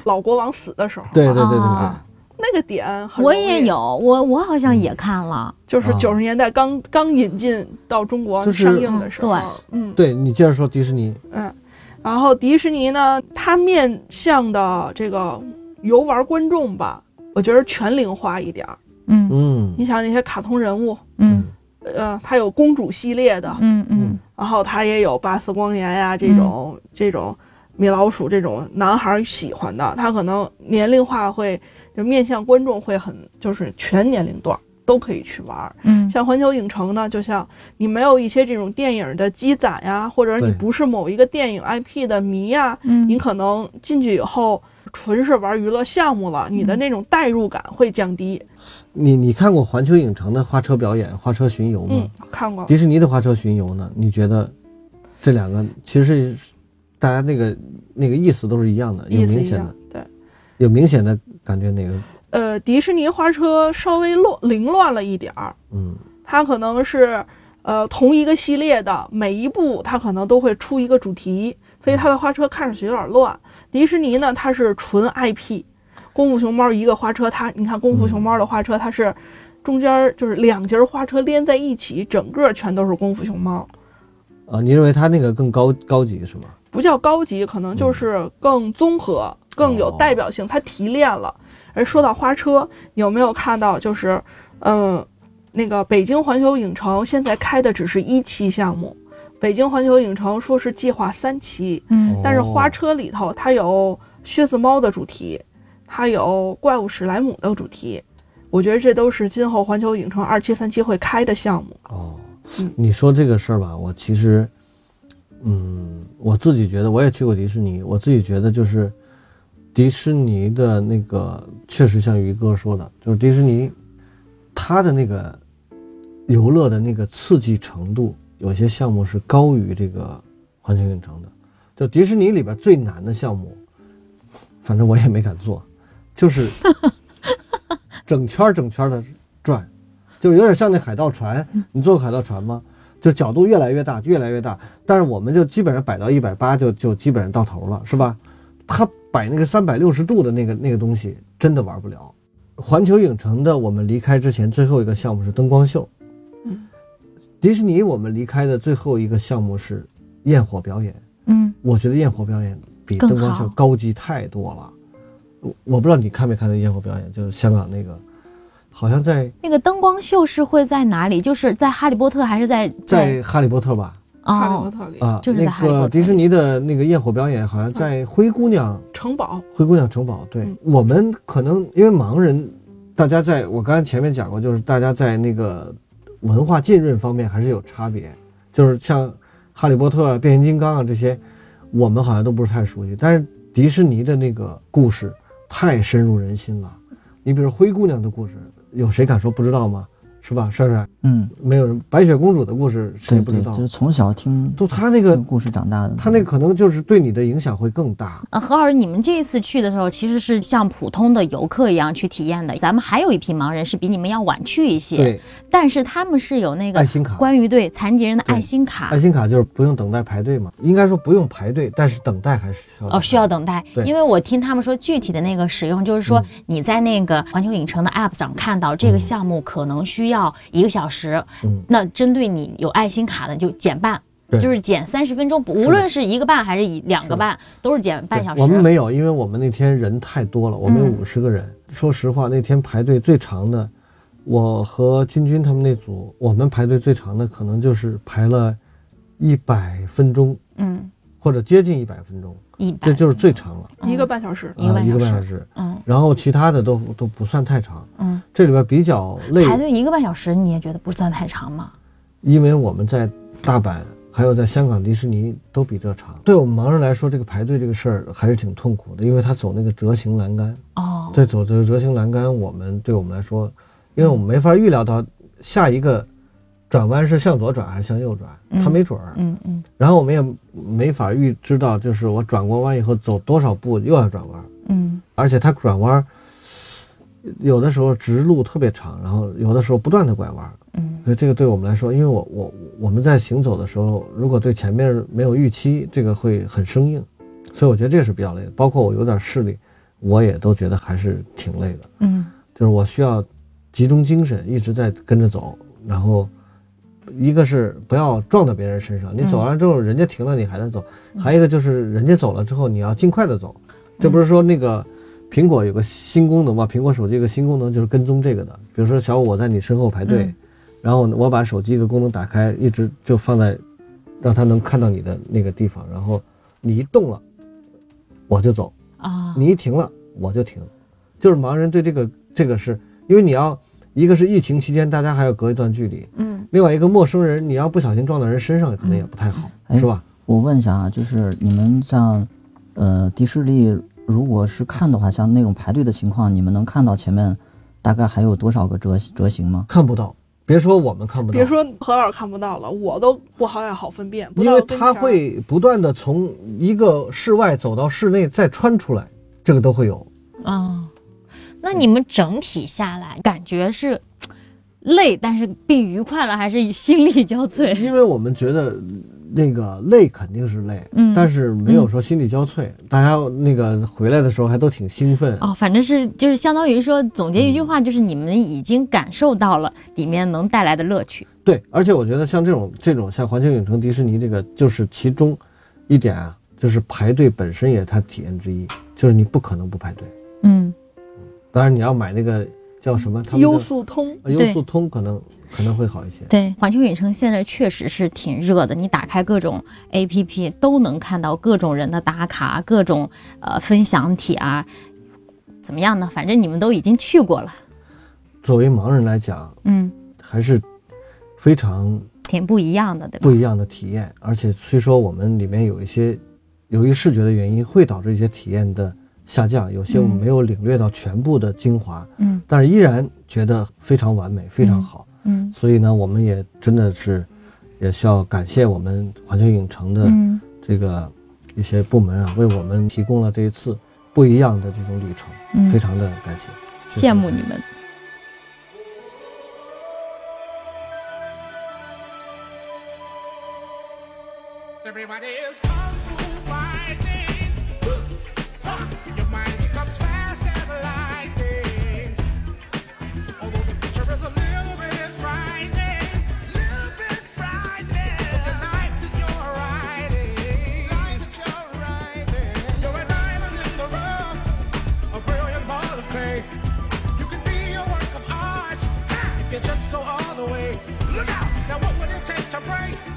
[SPEAKER 5] 老国王死的时候，
[SPEAKER 2] <laughs> 对对对对对
[SPEAKER 4] 啊，
[SPEAKER 5] 那个点很
[SPEAKER 4] 我
[SPEAKER 5] 容易
[SPEAKER 4] 也，有，我我好像也看了，
[SPEAKER 5] 就是
[SPEAKER 2] 啊
[SPEAKER 5] 九十年代刚刚引进到中国
[SPEAKER 2] 就是
[SPEAKER 5] 上映的时候，
[SPEAKER 4] 嗯
[SPEAKER 5] 嗯，
[SPEAKER 2] 对你接着说迪士尼，
[SPEAKER 5] 嗯，然后迪士尼呢，它面向的这个游玩观众吧，我觉得全龄化一点儿。
[SPEAKER 4] 嗯
[SPEAKER 2] 嗯
[SPEAKER 5] 你想那些卡通人物，
[SPEAKER 4] 嗯
[SPEAKER 5] 呃，它有公主系列的，
[SPEAKER 4] 嗯嗯
[SPEAKER 5] 然后它也有巴斯光年呀、这种、这种米老鼠这种男孩儿喜欢的，它可能年龄化会就面向观众会很就是全年龄段儿都可以去玩儿。
[SPEAKER 4] 嗯
[SPEAKER 5] 像环球影城呢，就像你没有一些这种电影的积攒呀，或者你
[SPEAKER 2] 对
[SPEAKER 5] 不是某一个电影 IP 的迷呀，
[SPEAKER 4] 嗯，
[SPEAKER 5] 你可能进去以后纯是玩娱乐项目了，你的那种代入感会降低。
[SPEAKER 2] 你你看过环球影城的花车表演、花车巡游
[SPEAKER 5] 嗯
[SPEAKER 2] 吗？，
[SPEAKER 5] 看过。
[SPEAKER 2] 迪士尼的花车巡游呢？你觉得这两个其实是大家那个那个意思都是一样的，有
[SPEAKER 5] 意思
[SPEAKER 2] 明
[SPEAKER 5] 一
[SPEAKER 2] 显
[SPEAKER 5] 样
[SPEAKER 2] 的，
[SPEAKER 5] 对，
[SPEAKER 2] 有明显的感觉哪个？
[SPEAKER 5] 呃，迪士尼花车稍微乱凌乱了一点儿，
[SPEAKER 2] 嗯
[SPEAKER 5] 它可能是呃同一个系列的每一部，它可能都会出一个主题，所以它的花车看上去有点乱。迪士尼呢，它是纯 IP，功夫熊猫一个花车，它你看功夫熊猫的花车，它是中间儿就是两节儿花车连在一起，整个全都是功夫熊猫，
[SPEAKER 2] 啊，你认为它那个更高高级是吗？
[SPEAKER 5] 不叫高级，可能就是更综合、更有代表性，它提炼了。而说到花车，你有没有看到就是，嗯，那个北京环球影城现在开的只是一期项目，北京环球影城说是计划三期，
[SPEAKER 4] 嗯
[SPEAKER 5] 但是花
[SPEAKER 2] 哦
[SPEAKER 5] 车里头它有靴子猫的主题，它有怪物史莱姆的主题，我觉得这都是今后环球影城二期、三期会开的项目。
[SPEAKER 2] 哦
[SPEAKER 5] 嗯，
[SPEAKER 2] 你说这个事儿吧，我其实，嗯，我自己觉得我也去过迪士尼，我自己觉得就是迪士尼的那个确实像于哥说的，就是迪士尼它的那个游乐的那个刺激程度，有些项目是高于这个环球影城的。就迪士尼里边最难的项目，反正我也没敢做，就是整圈儿整圈儿的转，就是有点像那海盗船。你坐过海盗船吗？就角度越来越大，越来越大，但是我们就基本上摆到一百八就就基本上到头了，是吧？他摆那个三百六十度的那个那个东西真的玩不了。环球影城的我们离开之前最后一个项目是灯光秀，
[SPEAKER 5] 嗯
[SPEAKER 2] 迪士尼我们离开的最后一个项目是焰火表演。
[SPEAKER 4] 嗯
[SPEAKER 2] 我觉得焰火表演比
[SPEAKER 4] 更
[SPEAKER 2] 灯光秀
[SPEAKER 4] 好
[SPEAKER 2] 高级太多了。我我不知道你看没看到焰火表演，就是香港那个，好像在
[SPEAKER 4] 那个灯光秀是会在哪里？就是在《哈利波特》还是在
[SPEAKER 2] 在《哈利波特》吧？
[SPEAKER 5] 哈利波
[SPEAKER 4] 哦
[SPEAKER 5] 特里、
[SPEAKER 2] 啊，
[SPEAKER 4] 就是在哈利
[SPEAKER 2] 那
[SPEAKER 4] 波
[SPEAKER 2] 个
[SPEAKER 4] 特
[SPEAKER 2] 迪士尼的那个焰火表演，好像
[SPEAKER 4] 嗯
[SPEAKER 2] 在灰姑娘、
[SPEAKER 5] 城堡，
[SPEAKER 2] 灰姑娘城堡。对、
[SPEAKER 5] 嗯
[SPEAKER 2] 我们可能因为盲人，大家在我刚才前面讲过，就是大家在那个文化浸润方面还是有差别，就是像哈利波特、啊、变形金刚啊这些，我们好像都不是太熟悉。但是迪士尼的那个故事太深入人心了，你比如灰姑娘的故事，有谁敢说不知道吗？是吧，帅帅？
[SPEAKER 1] 嗯，
[SPEAKER 2] 没有人。白雪公主的故事谁
[SPEAKER 1] 对
[SPEAKER 2] 不知
[SPEAKER 1] 对，
[SPEAKER 2] 道
[SPEAKER 1] 就？是从小听
[SPEAKER 2] 都他那
[SPEAKER 1] 这
[SPEAKER 2] 个
[SPEAKER 1] 个故事长大的，
[SPEAKER 2] 他那可能就是对你的影响会更大。
[SPEAKER 4] 呃，何老师，你们这一次去的时候，其实是像普通的游客一样去体验的。咱们还有一批盲人是比你们要晚去一些，
[SPEAKER 2] 对，
[SPEAKER 4] 但是他们是有那个
[SPEAKER 2] 爱心卡，
[SPEAKER 4] 关于对残疾人的
[SPEAKER 2] 对
[SPEAKER 4] 爱心卡
[SPEAKER 2] 爱，心卡就是不用等待排队嘛，应该说不用排队，但是等待还是需要
[SPEAKER 6] 哦，需要等待，
[SPEAKER 2] 对嗯
[SPEAKER 6] 因为我听他们说具体的那个使用，就是说你在那个环球影城的 App 上看到这个项目可能需要一个小时，
[SPEAKER 2] 嗯
[SPEAKER 6] 那针对你有爱心卡的就减半，
[SPEAKER 2] 对
[SPEAKER 6] 就是减三十分钟，不无论是一个半还是一两个半，都是减半
[SPEAKER 2] 对
[SPEAKER 6] 小时。嗯
[SPEAKER 2] 我们没有，因为我们那天人太多了，我们有五十个人。说实话，那天排队最长的，我和君君他们那组，我们排队最长的可能就是排了一百分钟，
[SPEAKER 4] 嗯，
[SPEAKER 2] 或者接近一百分钟，
[SPEAKER 6] 一百
[SPEAKER 2] 这就是最长了，
[SPEAKER 5] 一个半小时。
[SPEAKER 6] 一个
[SPEAKER 2] 啊
[SPEAKER 6] 半
[SPEAKER 2] 一个
[SPEAKER 6] 小
[SPEAKER 2] 半
[SPEAKER 6] 时
[SPEAKER 2] 小时。
[SPEAKER 4] 嗯，
[SPEAKER 2] 然后其他的都都不算太长。
[SPEAKER 4] 嗯，
[SPEAKER 2] 这里边比较累，
[SPEAKER 4] 排队一个半小时，你也觉得不算太长吗？
[SPEAKER 2] 因为我们在大阪还有在香港迪士尼都比这长。对我们盲人来说，这个排队这个事儿还是挺痛苦的，因为他走那个折形栏杆。
[SPEAKER 4] 哦，
[SPEAKER 2] 对，走这个折形栏杆，我们对我们来说，因为我们没法预料到下一个转弯是向左转还是向右转，他没准儿。
[SPEAKER 4] 嗯嗯
[SPEAKER 2] 然后我们也没法预知道，就是我转过弯以后走多少步又要转弯，
[SPEAKER 4] 嗯
[SPEAKER 2] 而且它转弯。有的时候直路特别长，然后有的时候不断的拐弯，
[SPEAKER 4] 嗯，
[SPEAKER 2] 所以这个对我们来说，因为我我我们在行走的时候，如果对前面没有预期，这个会很生硬，所以我觉得这个是比较累的。包括我有点视力，我也都觉得还是挺累的。
[SPEAKER 4] 嗯，
[SPEAKER 2] 就是我需要集中精神，一直在跟着走，然后一个是不要撞到别人身上，你走完了之后人家停了，你还能走；还有一个就是人家走了之后，你要尽快的走。这不是说那个苹果有个新功能吗？苹果手机有个新功能就是跟踪这个的，比如说小五我在你身后排队，然后我把手机一个功能打开，一直就放在让它能看到你的那个地方，然后你一动了我就走，
[SPEAKER 4] 啊，
[SPEAKER 2] 你一停了我就停，就是盲人对这个这个是因为你要一个是疫情期间大家还要隔一段距离，
[SPEAKER 4] 嗯，
[SPEAKER 2] 另外一个陌生人你要不小心撞到人身上可能也不太好，
[SPEAKER 1] 嗯
[SPEAKER 2] 是吧？
[SPEAKER 1] 我问一下啊，就是你们像，呃，迪士尼如果是看的话，像那种排队的情况，你们能看到前面大概还有多少个折折形吗？
[SPEAKER 2] 看不到，别说我们看不到，
[SPEAKER 5] 别说何老师看不到了，我都不好也好分辨。不
[SPEAKER 2] 因
[SPEAKER 5] 到
[SPEAKER 2] 为
[SPEAKER 5] 跟
[SPEAKER 2] 它
[SPEAKER 5] 前儿
[SPEAKER 2] 会不断的从一个室外走到室内再穿出来，这个都会有。
[SPEAKER 4] 啊，
[SPEAKER 9] 那你们整体下来感觉是累，但是并愉快了，还是心力交瘁？
[SPEAKER 2] 因为我们觉得嗯那个累肯定是累，
[SPEAKER 9] 嗯
[SPEAKER 2] 但是没有说心力交瘁，大家那个回来的时候还都挺兴奋。
[SPEAKER 9] <laughs> 哦，反正是就是相当于说，总结一句话，就是你们已经感受到了里面能带来的乐趣。
[SPEAKER 2] 对，而且我觉得像这种这种像环球影城、迪士尼这个，就是其中一点啊，就是排队本身也是它体验之一，就是你不可能不排队。
[SPEAKER 9] 嗯，
[SPEAKER 2] 当然你要买那个叫什么，他们
[SPEAKER 5] 优
[SPEAKER 2] 的
[SPEAKER 5] 速通，
[SPEAKER 2] 呃优
[SPEAKER 9] 对
[SPEAKER 2] 速通可能可能会好一些。
[SPEAKER 9] 对，环球影城现在确实是挺热的，你打开各种 APP 都能看到各种人的打卡，各种呃分享帖啊，怎么样呢？反正你们都已经去过了，
[SPEAKER 2] 作为盲人来讲，
[SPEAKER 9] 嗯，
[SPEAKER 2] 还是非常
[SPEAKER 9] 挺不一样的，对吧
[SPEAKER 2] 不？一样的体验。而且虽说我们里面有一些由于视觉的原因会导致一些体验的下降，有些我们
[SPEAKER 9] 嗯
[SPEAKER 2] 没有领略到全部的精华，
[SPEAKER 9] 嗯
[SPEAKER 2] 但是依然觉得非常完美，非常好。
[SPEAKER 9] 嗯
[SPEAKER 2] 所以呢，我们也真的是也需要感谢我们环球影城的
[SPEAKER 9] 嗯，
[SPEAKER 2] 这个一些部门啊，为我们提供了这一次不一样的这种旅程，
[SPEAKER 9] 嗯
[SPEAKER 2] 非常的感谢。
[SPEAKER 9] 羡慕你们。
[SPEAKER 10] Everybody is kung fu fighting. Ha! Your mind becomes fast as lightning. Although the future is a little bit frightening, little bit frightening. But the night that you're riding, night that you're riding, you're an island in the rough, a brilliant ball of clay. You can be a work of art Ha! if you just go all the way. Look out! Now what would it take to break?